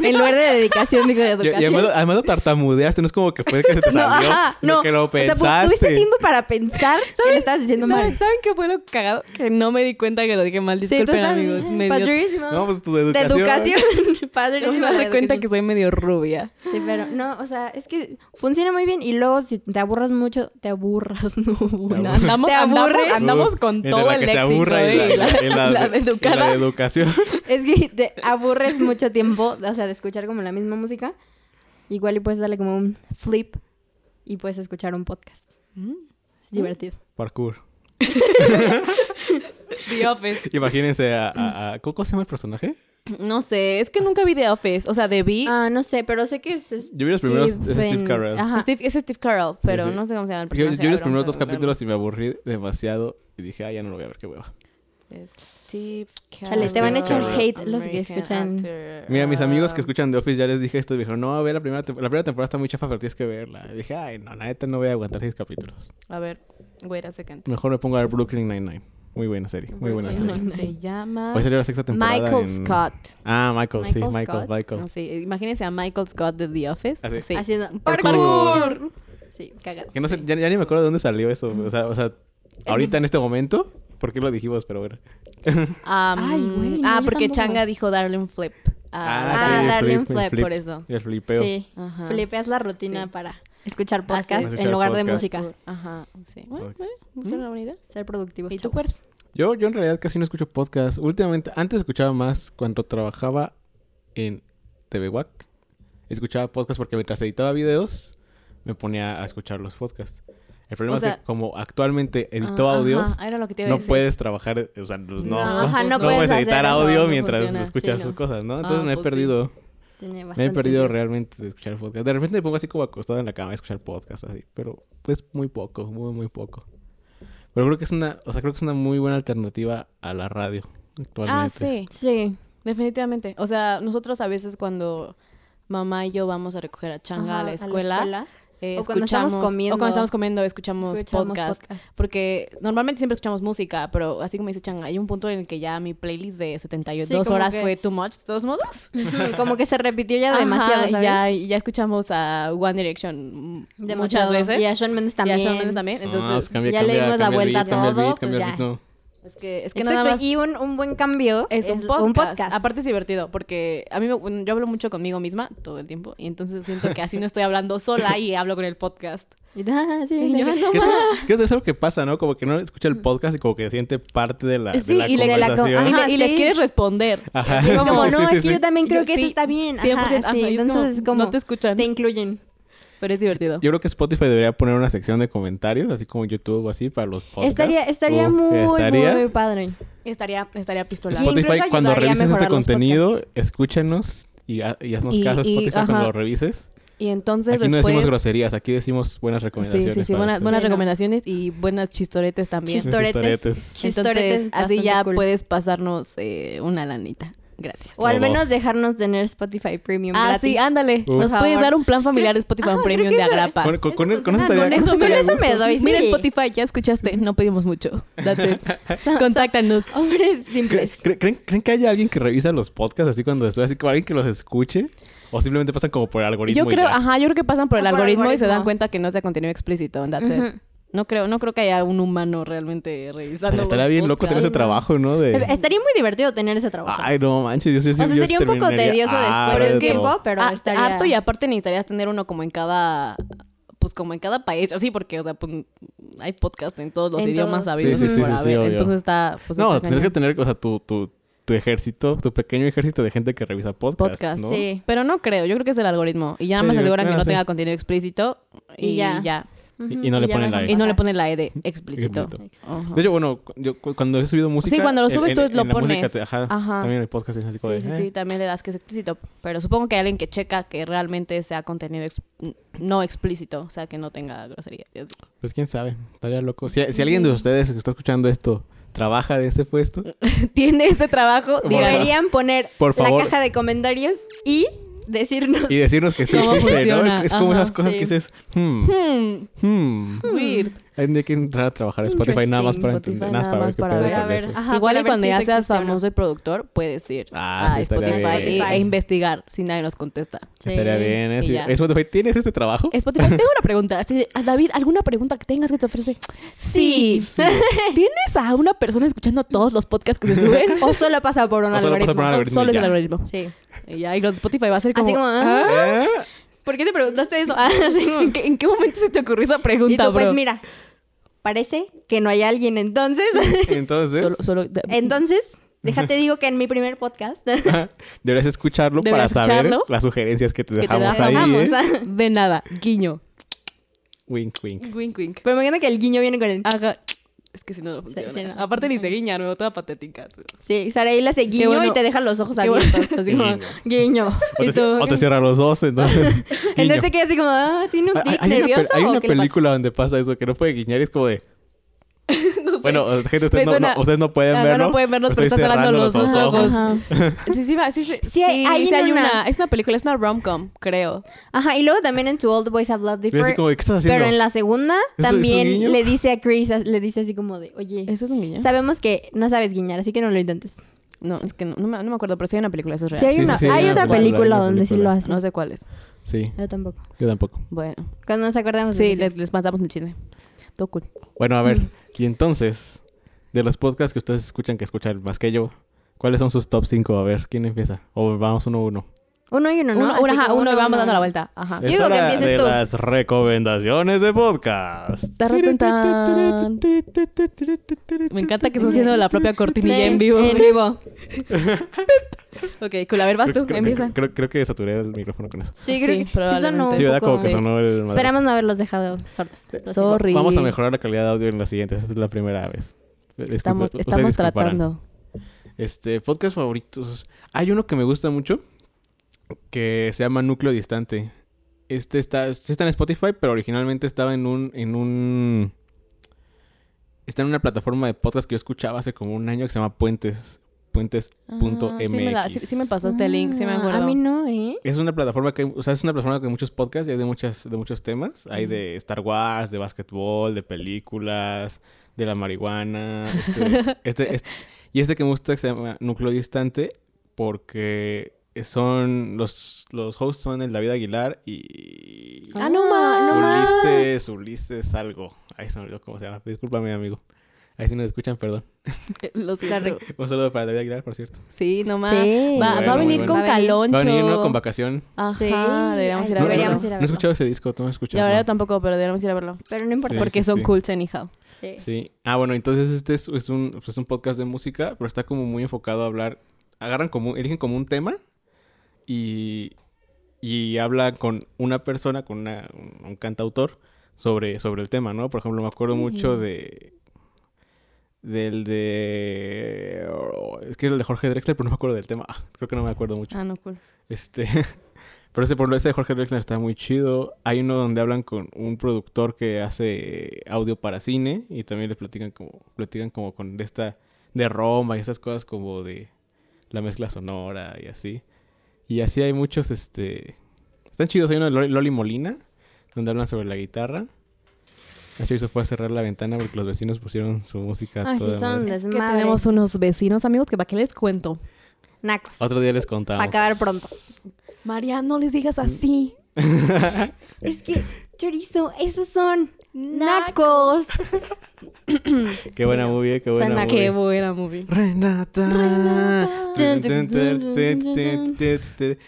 S1: En lugar de dedicación, digo de
S3: Y, y
S1: educación.
S3: además, lo- además lo tartamudeaste, no es como que fue que se te
S1: [laughs] no,
S3: salió,
S1: ajá,
S3: sino
S1: no.
S3: que lo
S1: O sea, pues,
S3: pensaste.
S1: tuviste tiempo para pensar que lo
S2: ¿Saben-
S1: estabas diciendo
S2: ¿Saben,
S1: mal.
S2: ¿Saben qué fue lo cagado? Que no me di cuenta que lo dije mal.
S1: Sí, tú
S2: Disculpen,
S1: estás-
S2: amigos. Me dio...
S1: Padrísimo.
S3: No, pues tu de
S1: De
S3: educación.
S1: educación.
S3: [laughs]
S1: Padrísimo.
S2: No [laughs] me
S1: de
S2: di cuenta
S1: educación.
S2: que soy medio rubia.
S1: Sí, pero no, o sea, es que funciona muy bien y luego si te aburras mucho, te aburras, [laughs] no. no.
S2: Andamos,
S1: ¿Te
S2: andamos,
S1: aburres?
S2: andamos con
S3: Entre
S2: todo
S3: la
S2: el
S3: que se
S2: léxico.
S3: aburra y
S2: ¿eh?
S3: la- y la-
S2: la de
S3: y
S2: educada.
S3: la de educación.
S1: Es que te aburres mucho tiempo, o sea, de escuchar como la misma música. Igual y puedes darle como un flip y puedes escuchar un podcast.
S2: Mm.
S1: Es divertido.
S3: Parkour.
S2: The Office.
S3: Imagínense a, a- a- ¿Cómo cómo se llama el personaje?
S2: No sé, es que nunca vi The Office. O sea, debí.
S1: Ah, no sé, pero sé que es... es
S3: Yo vi los primeros. es Steve
S1: Ben-
S3: Carell.
S1: Ajá.
S2: Steve- es Steve Carell, pero
S3: sí.
S2: no sé cómo se llama el
S3: Yo, yo vi
S2: personaje.
S3: los
S2: Ahora vamos
S3: primeros
S2: a
S3: dos
S2: googlearlo.
S3: capítulos y me aburrí demasiado. Y dije, ah, ya no lo voy a ver, qué hueva.
S2: Steve Carell.
S1: Chale,
S3: te van a echar
S1: hate los que escuchan.
S3: Mira,
S2: Ah.
S3: mis amigos que escuchan The Office ya les dije esto y me dijeron, no, a ver, la primera, tem- la primera temporada está muy chafa, pero tienes que verla. Y dije, ay, no, la neta no voy a aguantar seis capítulos.
S2: A ver, wait a second.
S3: Mejor me pongo a ver Brooklyn Nine-Nine. Muy buena serie, muy buena
S1: Brooklyn
S3: serie.
S1: Nine-Nine.
S2: Se llama
S3: Hoy salió la sexta temporada
S2: Michael
S3: en-
S2: Scott.
S3: Ah, Michael, sí,
S1: Michael
S3: Michael,
S1: Scott.
S3: Michael.
S2: No, sí, imagínense a Michael Scott de The Office.
S3: Así.
S2: Sí.
S1: Haciendo...
S3: Parkour.
S1: Sí, cagado.
S3: Que no sé, ya, ya ni me acuerdo de dónde salió eso. O sea, o sea ahorita en este momento, ¿por qué lo dijimos? Pero bueno.
S1: Ay, güey, no,
S2: ah,
S1: yo
S2: porque
S1: tampoco.
S2: Changa dijo darle un flip. Ah,
S1: Ah,
S3: el
S1: darle un
S3: el
S1: flip,
S2: por eso.
S3: El flipeo.
S1: Sí,
S2: Ajá.
S1: flipeas la rutina
S2: Sí.
S1: para escuchar
S2: Así es.
S1: podcast
S3: Escuchar
S1: en lugar de
S3: podcast.
S1: música.
S2: Ajá, sí. Bueno,
S3: Ok. Mm.
S2: bueno, funciona una buena idea.
S1: Ser productivos.
S2: ¿Y tú,
S1: chavos.
S2: Cuerps?
S3: Yo, yo en realidad casi no escucho podcast. Últimamente, antes escuchaba más cuando trabajaba en TVWAC. Escuchaba podcast porque mientras editaba videos me ponía a escuchar los podcasts. El problema
S2: O
S3: es
S2: sea-
S3: que como actualmente edito
S2: Ah,
S3: audios,
S2: ajá, era lo que te iba a
S3: no
S2: decir.
S3: puedes trabajar, o sea, pues, no,
S1: No, ajá, no
S3: no
S1: puedes
S3: puedes
S1: hacer
S3: editar
S1: eso,
S3: audio
S2: no
S3: mientras
S2: funciona,
S3: escuchas
S1: sí,
S3: sus
S1: no.
S3: cosas, ¿no? Entonces
S2: Ah,
S3: me he
S2: pues sí.
S3: perdido,
S1: Tiene
S3: me he
S1: bastante
S3: perdido
S1: sentido.
S3: realmente de escuchar podcast. De repente me pongo así como acostado en la cama a escuchar podcast, así, pero pues muy poco, muy, muy poco. Pero creo que es una, o sea, creo que es una muy buena alternativa a la radio actualmente.
S2: Ah, sí.
S1: Sí.
S2: Definitivamente. O sea, nosotros a veces cuando mamá y yo vamos a recoger a Changa
S1: Ajá,
S2: a la escuela, eh,
S1: O cuando estamos
S2: escuchamos-
S1: comiendo.
S2: o cuando estamos comiendo escuchamos,
S1: escuchamos
S2: podcast.
S1: podcast.
S2: Porque normalmente siempre escuchamos música, pero así como dice Changa, hay un punto en el que ya mi playlist de 72
S1: Sí, como
S2: horas
S1: que-
S2: fue too much, de todos modos.
S1: Ujú, Como que se repitió [laughs] ya
S2: Ajá,
S1: demasiado, ¿sabes?
S2: Ya, ya escuchamos a One Direction mm,
S1: Demasiado.
S2: muchas veces.
S1: Y a Sean Mendes
S2: Y a
S1: también.
S2: Shawn Mendes también.
S3: Ah,
S2: Entonces,
S3: pues cambia,
S1: ya le
S3: cambia,
S1: dimos la
S3: cambia el
S1: vuelta a
S3: beat, cambia el
S1: todo,
S3: beat, cambia
S1: pues
S3: el beat, no.
S2: Es que, es que
S1: Exacto,
S2: nada más
S1: y un, un buen cambio
S2: es un podcast. Aparte es divertido porque a mí me- bueno, yo hablo mucho conmigo misma todo el tiempo y entonces siento que así no estoy hablando sola y hablo con el podcast.
S1: [laughs]
S3: [laughs]
S1: Y- ah, [laughs] sí,
S2: Y yo,
S1: sí.
S2: no
S3: Que es- que eso es algo que pasa, ¿no? Como que no escucha
S1: Mm.
S3: el podcast y como que siente parte de la, de
S2: Sí,
S3: la
S2: y le- de
S1: la co-
S3: conversación.
S2: y, le-
S1: Ajá,
S2: y les
S1: sí.
S2: quieres responder.
S3: Ajá.
S1: Y es
S3: Sí,
S1: como,
S3: sí,
S1: no,
S3: sí,
S1: es
S3: sí,
S1: que
S3: sí.
S1: yo también
S2: Y
S1: creo
S2: yo,
S1: que
S2: sí,
S1: eso está bien. Ajá,
S2: 100%,
S1: sí,
S2: ajá, y es como,
S1: entonces es como,
S2: no te escuchan,
S1: te incluyen.
S2: pero es divertido.
S3: Yo creo que Spotify debería poner una sección de comentarios, así como YouTube o así, para los podcasts.
S1: Estaría, estaría
S3: Uf,
S1: muy,
S3: estaría.
S1: muy padre.
S2: Estaría, estaría pistola.
S1: Y incluso
S3: Spotify, cuando
S1: ayudaría a
S3: revises este
S1: mejorar los
S3: contenido, escúchanos y, ha- y haznos
S2: Y-
S3: caso,
S2: y-
S3: Spotify, cuando
S2: ajá.
S3: lo revises.
S2: Y entonces
S3: Aquí no
S2: después...
S3: decimos groserías, aquí decimos buenas
S2: sí,
S3: recomendaciones.
S2: sí, sí,
S3: para
S2: buenas,
S3: ustedes.
S2: buenas
S1: Sí, no.
S2: recomendaciones y buenas chistoretes también.
S3: Chis-
S1: Chistoretes.
S3: Chistoretes.
S1: Chistoretes.
S2: Entonces, así ya
S1: bastante cool.
S2: puedes pasarnos eh, una lanita. Gracias.
S1: O al
S3: O
S1: menos
S3: dos.
S1: dejarnos tener Spotify Premium.
S2: Ah,
S1: gratis.
S2: sí, ándale.
S3: Por
S2: Nos puedes
S1: favor.
S2: dar un plan familiar de Spotify
S1: Ajá, creo
S2: Premium
S1: que
S2: de
S1: eso-
S2: Agrapa.
S3: Con, con- con- con eso
S1: funciona,
S3: estaría-
S1: con eso,
S3: con
S1: con
S3: estaría
S1: eso
S3: gusto.
S1: me doy.
S2: Mira
S1: sí.
S2: Spotify, ya escuchaste. No pedimos mucho. That's
S1: [laughs]
S2: it. Contáctanos.
S1: Ah, Hombres
S3: ¿Cre-
S1: simples.
S3: cre- ¿Creen, creen que haya alguien que revisa los podcasts así cuando estoy así como alguien que los escuche? ¿O simplemente pasan como por el algoritmo?
S2: Yo creo,
S3: y ya?
S2: ajá, yo creo que pasan por el
S1: O Ah, por
S2: algoritmo y se dan
S1: algoritmo.
S2: cuenta que no sea contenido explícito. and That's it.
S1: Ujú.
S2: No creo, no creo que haya un humano realmente revisando.
S3: Estaría- Estaría bien loco tener ese trabajo, ¿no? De...
S1: Estaría muy divertido tener ese trabajo.
S3: Ay, no manches, yo sí, sí,
S1: sea,
S3: yo
S1: sería un poco
S3: terminaría
S1: tedioso después
S3: harto.
S1: de un tiempo, pero
S2: Ah,
S1: estaría-
S2: Harto y aparte necesitarías tener uno como en cada, pues como en cada país, así porque, o sea, pues, hay podcast en todos los
S1: En
S2: idiomas
S1: todos.
S2: sabidos
S3: Sí, sí, sí,
S2: por
S3: sí, sí,
S2: haber.
S3: obvio.
S2: Entonces está, pues,
S3: No,
S2: está
S3: tienes que
S2: cañón.
S3: tener, o sea, tu, tu, tu ejército, tu pequeño ejército de gente que revisa podcasts,
S2: Podcast,
S3: ¿no?
S1: Sí.
S2: Pero no creo, yo creo que es el algoritmo. Y ya nada
S3: Sí,
S2: más
S3: yo-
S2: aseguran que
S3: ah,
S2: no
S3: sí.
S2: tenga contenido explícito y,
S1: Y
S2: ya.
S1: ya.
S3: Y- y no le ponen la E.
S2: Y no le ponen la E de explícito.
S3: Explícito.
S2: Ajá.
S3: De hecho, bueno, yo cu- cuando he subido música...
S2: Pues Sí, cuando lo subes tú lo
S3: la música
S2: pones.
S3: te- ajá,
S2: Ajá.
S3: También el podcast es así como
S2: Sí,
S3: de,
S2: sí,
S3: eh,
S2: sí, también le das que es explícito. Pero supongo que hay alguien que checa que realmente sea contenido ex- no explícito, o sea, que no tenga grosería.
S3: Pues quién sabe, estaría loco. Si, si alguien de ustedes que está escuchando esto trabaja de ese puesto,
S2: [laughs] Tiene ese trabajo,
S3: Por
S2: díganos.
S3: favor.
S1: Deberían poner
S3: Por favor.
S1: la caja de comentarios y decirnos.
S3: y decirnos que sí
S2: ¿Cómo
S3: existe, ¿no?
S2: funciona?
S3: Es como
S2: Ajá,
S3: esas cosas
S2: sí.
S3: que dices, hmm,
S2: Hmm,
S3: hmm.
S2: weird.
S3: Hay que entrar a trabajar a Spotify nada más para
S2: Interesting,
S3: entender,
S2: Spotify
S3: nada más para ver qué pedo
S1: ver, a
S3: con
S1: ver,
S3: eso.
S1: Ajá,
S2: Igual
S1: para
S2: y
S1: ver
S2: cuando
S1: si
S2: ya
S1: eso
S2: seas
S1: existe o no.
S2: famoso y productor, puedes ir
S3: Ah,
S2: a
S3: sí, estaría
S2: Spotify y-
S3: bien.
S2: e investigar si nadie nos contesta.
S1: Sí.
S3: Estaría bien, ¿eh?
S2: Y
S3: Sí.
S2: ya.
S3: Spotify, ¿tienes este trabajo?
S1: [laughs]
S2: Spotify, tengo una pregunta. Así, a David, ¿alguna pregunta que tengas que te ofrece? Sí.
S1: [laughs]
S2: ¿Tienes a una persona escuchando todos los podcasts que se suben?
S3: [laughs]
S1: O solo pasa por un
S3: O solo
S1: algoritmo.
S3: pasa por un
S2: O
S3: algoritmo y
S2: solo es el
S3: ya.
S2: algoritmo.
S1: Sí.
S2: Y ya, y los de Spotify va a ser como...
S1: Así como, ah,
S3: ¿Eh?
S1: ¿por qué te preguntaste eso? [laughs] Ah, así como-
S2: [laughs] ¿En, qué, en qué momento se te ocurrió esa
S1: Y
S2: [laughs] pregunta,
S1: tú,
S2: bro?
S1: pues mira, parece que no hay alguien. Entonces, [laughs]
S3: Entonces,
S2: Solo, solo- de-
S1: entonces, déjate digo que en mi primer podcast [laughs]
S3: [laughs] deberías escucharlo
S2: Deberías
S3: para saber
S2: escucharlo.
S3: las sugerencias que te
S2: que te
S3: dejamos
S2: da-
S3: ahí.
S1: dejamos,
S3: ¿eh?
S1: ah.
S2: de nada, guiño.
S3: Wink, wink.
S2: Wink, wink.
S1: [laughs] Pero imagina que el guiño viene con el. "Ah,
S2: Haga... Es que si no, no funciona.
S1: sí, no.
S2: Aparte ni se guiña, me toda patética.
S1: Sí, Saraí le hace guiño
S2: bueno.
S1: y te deja los ojos
S2: Qué bueno.
S1: abiertos. [laughs] Así como, guiño.
S3: O
S1: Y
S3: te,
S1: tú,
S3: o te cierra los dos, entonces. guiño.
S1: Entonces te quedas así como, ah, tiene un
S3: Hay-
S1: tic
S3: hay una pel-
S1: nervioso.
S3: Hay
S1: o
S3: una
S1: qué le pasa?
S3: película donde pasa eso, que no puede guiñar y es como de... Bueno, gente,
S2: Me
S3: ustedes, no,
S2: suena-
S3: no- ustedes no pueden
S2: Ah, no,
S3: verlo.
S2: no pueden verlo, pero
S3: estoy
S2: está cerrando
S3: cerrando
S2: los dos ojos.
S1: Ajá.
S2: Sí, sí, va, sí, sí, sí,
S1: hay- hay
S2: sí hay una...
S1: una-
S2: Es una película, es una rom-com, creo.
S1: Ajá, y luego también en To Old Boys I've Loved
S3: Y así
S1: Before.
S3: como, de, ¿qué estás haciendo?
S1: Pero en la segunda
S3: es un guiño?
S1: también le dice a Chris, le dice así como de, oye,
S2: ¿Eso es un guiño?
S1: sabemos que no sabes guiñar, así que no lo intentes.
S2: No, es que no, no me, no me acuerdo, pero sí hay una película, eso es
S1: Sí,
S2: real.
S1: hay
S3: Sí,
S1: una,
S3: sí, sí,
S1: hay
S3: hay
S1: otra
S3: una película,
S1: película
S3: hay una
S1: donde sí lo
S3: película.
S1: hace.
S2: No sé cuál es.
S3: Sí,
S1: Yo tampoco.
S3: yo tampoco.
S2: Bueno.
S1: Cuando nos acordamos.
S2: Sí,
S1: les
S2: les,
S1: decimos.
S2: les matamos el chisme. Todo cool.
S3: Bueno, a ver. Y entonces, de los podcasts que ustedes escuchan, que escuchan más que yo, ¿cuáles son sus top 5? A ver, ¿quién empieza? O vamos uno a uno.
S1: Uno y uno, ¿no?
S2: Uno,
S1: Así
S2: uno, ajá,
S1: como
S2: uno, y vamos dando la vuelta. Ajá.
S3: Eh.
S1: Yo digo que empieces
S3: de
S1: tú.
S3: las recomendaciones de podcast.
S2: Tarán, tan, tan. Me encanta que estás haciendo
S1: [laughs]
S2: la propia
S1: Sí,
S2: cortinilla en vivo.
S1: En vivo.
S2: [laughs] Ok, cool. A ver, vas tú.
S3: Creo- creo-
S2: Empieza.
S3: Creo, creo que saturé el micrófono con eso.
S1: Sí, creo
S2: Sí,
S1: que sí sonó
S2: probablemente.
S1: un
S3: Sí, ¿verdad?
S1: poco-
S3: Como que
S1: sí.
S3: sonó el madrazo.
S1: Esperamos no haberlos dejado sordos. Lo siento.
S2: Sorry.
S3: Vamos a mejorar la calidad de audio en las siguientes. Esta es la primera vez. Disculpe,
S2: Estamos,
S3: ustedes
S2: estamos
S3: disculparán.
S2: tratando.
S3: Este, podcast favoritos. Hay uno que me gusta mucho que se llama Núcleo Distante. Este está, sí está en Spotify, pero originalmente estaba en un, en un... Está en una plataforma de podcast que yo escuchaba hace como un año que se llama Puentes.
S2: Ah,
S3: Puentes.mx.
S2: sí, me la- sí, sí me pasaste el link, sí me
S1: Ah,
S2: acuerdo.
S1: A mí
S2: [laughs]
S1: no, ¿eh?
S3: Es una plataforma que, o sea, es una plataforma con muchos podcasts y hay de muchas, de muchos temas. Hay de Star Wars, de básquetbol, de películas, de la marihuana.
S2: [laughs]
S3: Este, este- este- y este que me gusta que se llama Núcleo Distante porque son los, los hosts son el David Aguilar y
S2: Ah, no ma- no ma-
S3: Ulises, Ulises algo. Ay, se me olvidó cómo se llama. Discúlpame, amigo. Ahí sí nos escuchan, perdón.
S2: Los
S1: siento.
S3: Un saludo para David Aguilar, por cierto.
S2: Sí, nomás.
S1: Sí.
S2: Va,
S3: Bueno,
S2: va a
S3: muy
S2: venir
S3: bueno.
S2: con
S1: Va a venir.
S2: Caloncho.
S3: Va a venir uno con vacación.
S2: Ajá,
S1: Sí.
S2: deberíamos ir a
S3: No, no,
S2: verlo.
S1: Deberíamos
S3: no,
S1: ir a
S3: no he
S1: verlo.
S3: escuchado ese disco, tú no has escuchado.
S2: La
S3: No.
S2: verdad tampoco, pero deberíamos ir a verlo.
S1: Pero no importa.
S3: Sí,
S2: Porque
S3: sí,
S2: son
S3: sí.
S2: cool, anyhow.
S1: Sí.
S3: Sí. Ah, bueno, entonces este es, es un, pues, es un podcast de música, pero está como muy enfocado a hablar. Agarran como, eligen como un tema y, y habla con una persona, con una- un, un cantautor, sobre, sobre el tema, ¿no? Por ejemplo, me acuerdo mucho
S1: Ujú.
S3: de. Del de. oh, es que era el de Jorge Drexler, pero no me acuerdo del tema. [laughs] Ah, creo que no me acuerdo mucho.
S2: Ah, no, cool.
S3: Este. [laughs] Pero ese por lo ese de Jorge Drexler está muy chido. Hay uno donde hablan con un productor que hace audio para cine y también les platican como platican como con de esta de Roma y esas cosas como de la mezcla sonora y así. Y así hay muchos este están chidos, hay uno de Loli- Loli Molina donde hablan sobre la guitarra. De hecho, se fue a cerrar la ventana porque los vecinos pusieron su música a
S1: Ay, sí,
S3: toda
S1: son
S3: madre.
S2: Es que
S1: desmadre.
S2: tenemos unos vecinos, amigos, que para qué les cuento.
S1: Nacos.
S3: Otro día les contamos.
S1: Para acabar pronto.
S2: María, no les digas así.
S1: Es que, chorizo, esos son
S2: Nacos.
S1: nacos.
S3: Qué buena
S1: Sí, no.
S3: movie, qué
S1: Suena
S3: buena
S1: que
S3: movie.
S2: Qué buena movie.
S3: Renata.
S1: Tun, tun, tun, tun, tun, tun.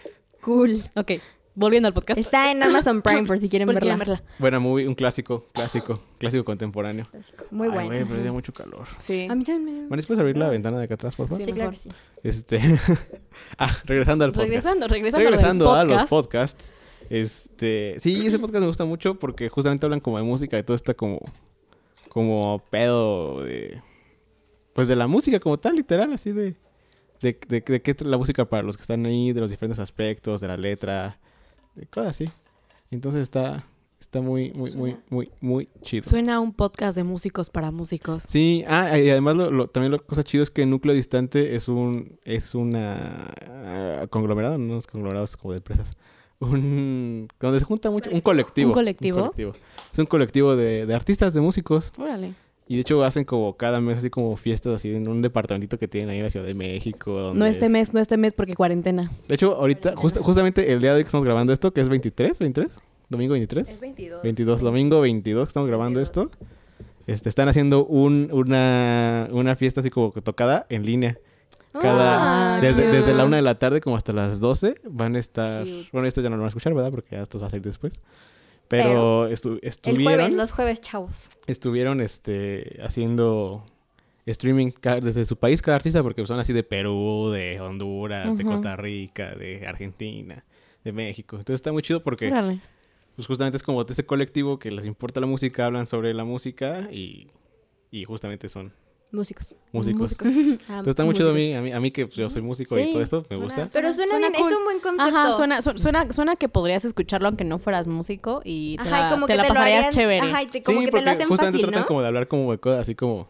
S1: Cool.
S2: Ok, volviendo al podcast.
S1: Está en Amazon Prime por si quieren
S2: Por si
S1: verla.
S2: quieren verla.
S3: Buena movie, un clásico, clásico, clásico contemporáneo.
S1: Muy
S3: Ay, güey,
S1: bueno.
S3: pero hacía mucho calor.
S2: Sí.
S1: A mí también me dio-
S3: Manis, ¿puedes abrir la ventana de acá atrás, por favor?
S1: Sí, claro
S2: mejor.
S1: que sí.
S3: Este. [laughs] ah, regresando al podcast.
S2: Regresando, regresando,
S3: Regresando
S2: a
S3: a
S2: lo del
S3: los
S2: podcast.
S3: podcasts. Este. Sí, ese podcast me gusta mucho porque justamente hablan como de música y todo está como. Como pedo de. Pues de la música como tal, literal, así de. De, de, de qué es la música para los que están ahí, de los diferentes aspectos, de la letra, de cosas así. Entonces está. Está muy, muy, muy, muy, muy chido.
S2: Suena a un podcast de músicos para músicos.
S3: Sí, ah, y además lo, lo- también la cosa chido es que Núcleo Distante es un es una ah, conglomerado, no es conglomerado, es como de empresas. Un donde se junta mucho, un colectivo.
S2: ¿Un colectivo?
S3: Es un colectivo de, de artistas, de músicos.
S2: Órale.
S3: Y de hecho hacen como cada mes así como fiestas así en un departamentito que tienen ahí en la Ciudad de México. donde-
S2: No este mes, no este mes porque cuarentena.
S3: De hecho, ahorita, justa- justamente el día de hoy que estamos grabando esto, que es 23, 23, domingo 23.
S2: 22.
S3: 22, domingo 22 que estamos grabando esto. Este, están haciendo un, una, una fiesta así como que tocada en línea. Cada,
S1: Ah,
S3: desde,
S1: cute.
S3: desde la una de la tarde como hasta las 12 van a estar...
S2: Cute.
S3: Bueno, esto ya no lo van a escuchar, ¿verdad? Porque ya esto va a salir después. Pero, estu-
S1: El
S3: estuvieron,
S1: jueves, los jueves, chavos.
S3: estuvieron este, haciendo streaming ca- desde su país cada artista porque son así de Perú, de Honduras, de
S2: Ujú.
S3: Costa Rica, de Argentina, de México. Entonces está muy chido porque
S2: Órale.
S3: pues justamente es como de ese colectivo que les importa la música, hablan sobre la música y, y justamente son
S1: Músicos.
S3: músicos.
S1: Ah,
S3: Entonces está muy chido a
S1: músicos.
S3: mí, a mí, a mí que pues, yo soy músico y
S1: Sí,
S3: todo esto me gusta.
S2: suena-
S1: Pero suena, bien,
S2: cool.
S1: es un buen concepto.
S2: Ajá, suena, su- suena, suena que podrías escucharlo aunque no fueras músico y te
S1: Ajá,
S2: la,
S1: y como
S2: te
S1: que
S2: la
S1: te lo
S2: pasarías
S1: harían-
S2: chévere.
S1: Ajá, y te, como
S3: sí,
S1: que te
S3: porque
S1: lo hacen
S3: justamente
S1: fácil,
S3: tratan
S1: ¿no?
S3: como de hablar como de cosas así como...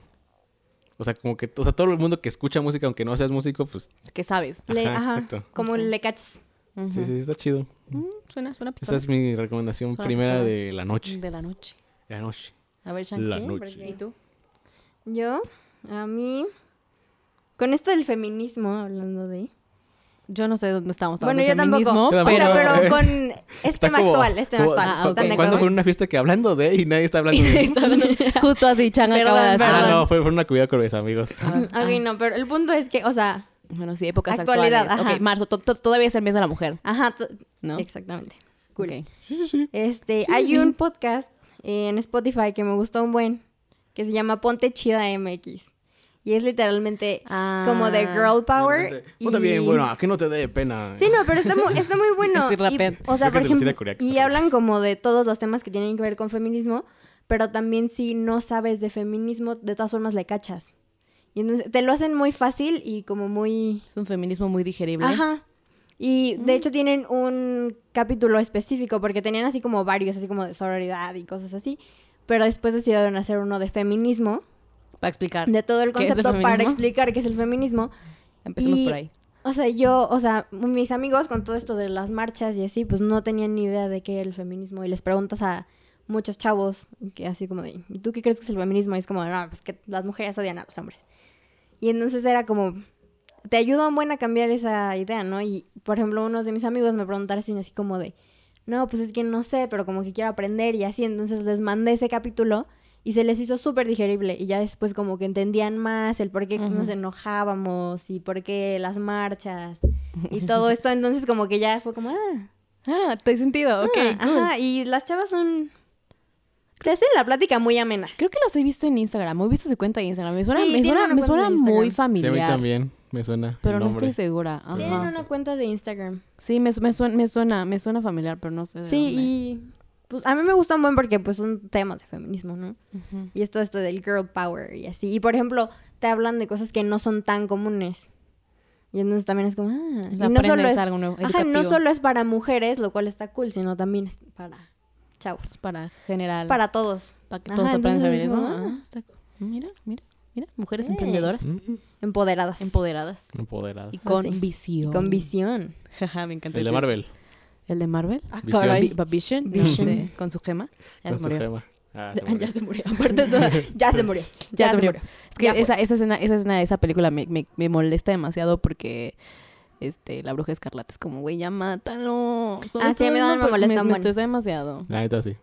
S3: O sea, como que... O sea, todo el mundo que escucha música, aunque no seas músico, pues...
S2: Que sabes.
S1: Le-
S3: Ajá,
S1: ajá,
S3: exacto.
S1: Como le cachas.
S2: Ujú.
S3: Sí, sí, está chido.
S2: Mm, suena, suena
S3: Esa
S2: pistola.
S3: es mi recomendación
S2: Suena
S3: primera
S2: pistolas.
S3: de la noche.
S2: De la noche.
S3: La noche.
S2: A ver, Shanks.
S3: La
S2: ¿sí? ¿Y
S3: noche.
S2: tú?
S1: Yo, a mí... Con esto del feminismo, hablando de...
S2: Yo no sé dónde estamos.
S1: Bueno, yo
S2: hablando de
S1: tampoco.
S2: feminismo,
S3: Yo
S1: o
S3: tampoco.
S1: sea, [laughs]
S2: Pero...
S1: pero con... Este tema
S3: como-
S1: actual, este tema
S3: como-
S1: actual.
S2: ah,
S3: cu-
S2: ok.
S1: ¿Están de
S3: ¿Cuándo
S1: acuerdo? Este
S3: fue una fiesta que hablando de y nadie está
S1: [laughs]
S3: hablando de...
S2: Está [laughs] hablando- Justo así, Chan acaba de
S1: Perdón,
S2: hacer.
S3: ah, no, fue, fue una comida con mis amigos.
S1: Ok, no, pero el punto es que, o sea...
S2: Bueno, sí, épocas
S1: Actualidad,
S2: actuales. Ok,
S1: ajá.
S2: marzo. to- to- todavía es el mes de la mujer,
S1: Ajá, to-
S2: ¿no?
S1: exactamente.
S2: Cool.
S1: Este,
S2: Sí,
S1: hay
S2: sí.
S1: un podcast eh, en Spotify que me gustó un buen, que se llama Ponte Chida MX. Y es literalmente
S2: Ah.
S1: como de girl [laughs] power.
S3: Tú
S1: y-
S3: también, bueno, que no te dé pena.
S1: Sí, no, pero está muy, está
S2: [laughs]
S1: muy bueno.
S2: Así
S1: Y,
S2: rapean.
S1: o sea,
S3: Creo
S1: por
S3: que es de Lucila
S1: ejemplo,
S3: Curiaco,
S1: y
S3: esa
S1: hablan como de todos los temas que tienen que ver con feminismo, pero también si no sabes de feminismo, de todas formas le cachas. Y entonces te lo hacen muy fácil y como muy...
S2: Es un feminismo muy digerible.
S1: Ajá. Y
S2: Mm.
S1: de hecho tienen un capítulo específico porque tenían así como varios, así como de sororidad y cosas así. Pero después decidieron hacer uno de feminismo,
S2: Para explicar.
S1: de todo el
S2: ¿Qué es el
S1: concepto para
S2: feminismo?
S1: explicar qué es el feminismo.
S2: Empecemos
S1: y-
S2: por ahí.
S1: O sea, yo, o sea, mis amigos con todo esto de las marchas y así, pues no tenían ni idea de qué era el feminismo. Y les preguntas a muchos chavos, que así como de, ¿y tú qué crees que es el feminismo? Y es como, no, pues que las mujeres odian a los hombres. Y entonces era como, te ayuda un buen a cambiar esa idea, ¿no? Y, por ejemplo, unos de mis amigos me preguntaron así, así como de, no, pues es que no sé, pero como que quiero aprender y así. Entonces les mandé ese capítulo y se les hizo súper digerible y ya después como que entendían más el por qué
S2: Ujú.
S1: nos enojábamos y por qué las marchas y todo esto, entonces como que ya fue como, ah,
S2: Ah, te he sentido. Ok,
S1: ah,
S2: cool.
S1: ajá, y las chavas son... Te hacen la plática muy amena.
S2: Creo que las he visto en Instagram. He visto su cuenta de Instagram. Me suena,
S1: Sí,
S2: me
S1: tiene
S2: suena,
S1: una
S2: me
S1: cuenta de
S2: suena
S1: Instagram.
S2: muy
S1: Sí,
S3: Sí, a mí
S2: familiar.
S3: también me suena. el
S2: Pero no
S3: nombre.
S2: estoy segura. Ajá.
S1: Tienen una cuenta de Instagram.
S2: Sí, me, su- me suena, me, suena, me suena familiar, pero
S3: Ah,
S2: no sé. de
S1: Sí,
S2: dónde.
S1: y pues a mí me gusta un buen porque pues son temas de feminismo, ¿no?
S2: Ujú.
S1: Y esto esto del girl power y así. Y por ejemplo, te hablan de cosas que no son tan comunes. Y entonces también es como, ah,
S2: O sea,
S1: y no solo
S2: aprendes
S1: es,
S2: algo nuevo.
S1: ajá, y no
S2: educativo.
S1: solo es para mujeres, lo cual está cool, sino también es para chavos,
S2: Es pues, para general.
S1: para todos,
S2: para que
S1: Ajá,
S2: todos aprendan
S1: entonces es
S2: feminismo.
S1: como,
S2: Ah, está cool. Mira, mira, mira. Mujeres
S1: Sí.
S2: emprendedoras,
S3: Mm,
S1: empoderadas,
S2: empoderadas
S3: Empoderada.
S2: y con
S1: Pues sí.
S2: visión.
S1: con
S2: [laughs]
S1: visión.
S2: Ajá, me encanta.
S3: El
S1: [laughs]
S3: de Marvel.
S2: El de Marvel.
S1: Ah,
S3: Visión.
S1: caray.
S2: Vi- va Vision.
S1: Vision.
S2: Sí, con su gema. Ya
S3: con
S2: se
S3: su
S2: murió.
S3: gema. Ah, se murió.
S1: [laughs] Ya se murió.
S2: [laughs]
S1: Aparte, todo- ya se murió.
S2: Ya, se murió. Es
S1: Ya pues.
S2: que
S1: fue.
S2: esa, esa escena, esa escena de esa película me, me, me molesta demasiado porque este, la bruja escarlata es como, güey, ya mátalo. Solo
S1: Ah, sí, a
S2: estoy
S1: mí también
S2: dando
S1: me
S2: por-
S1: molesta un
S2: Me,
S1: buen.
S2: estresa demasiado.
S3: La neta sí.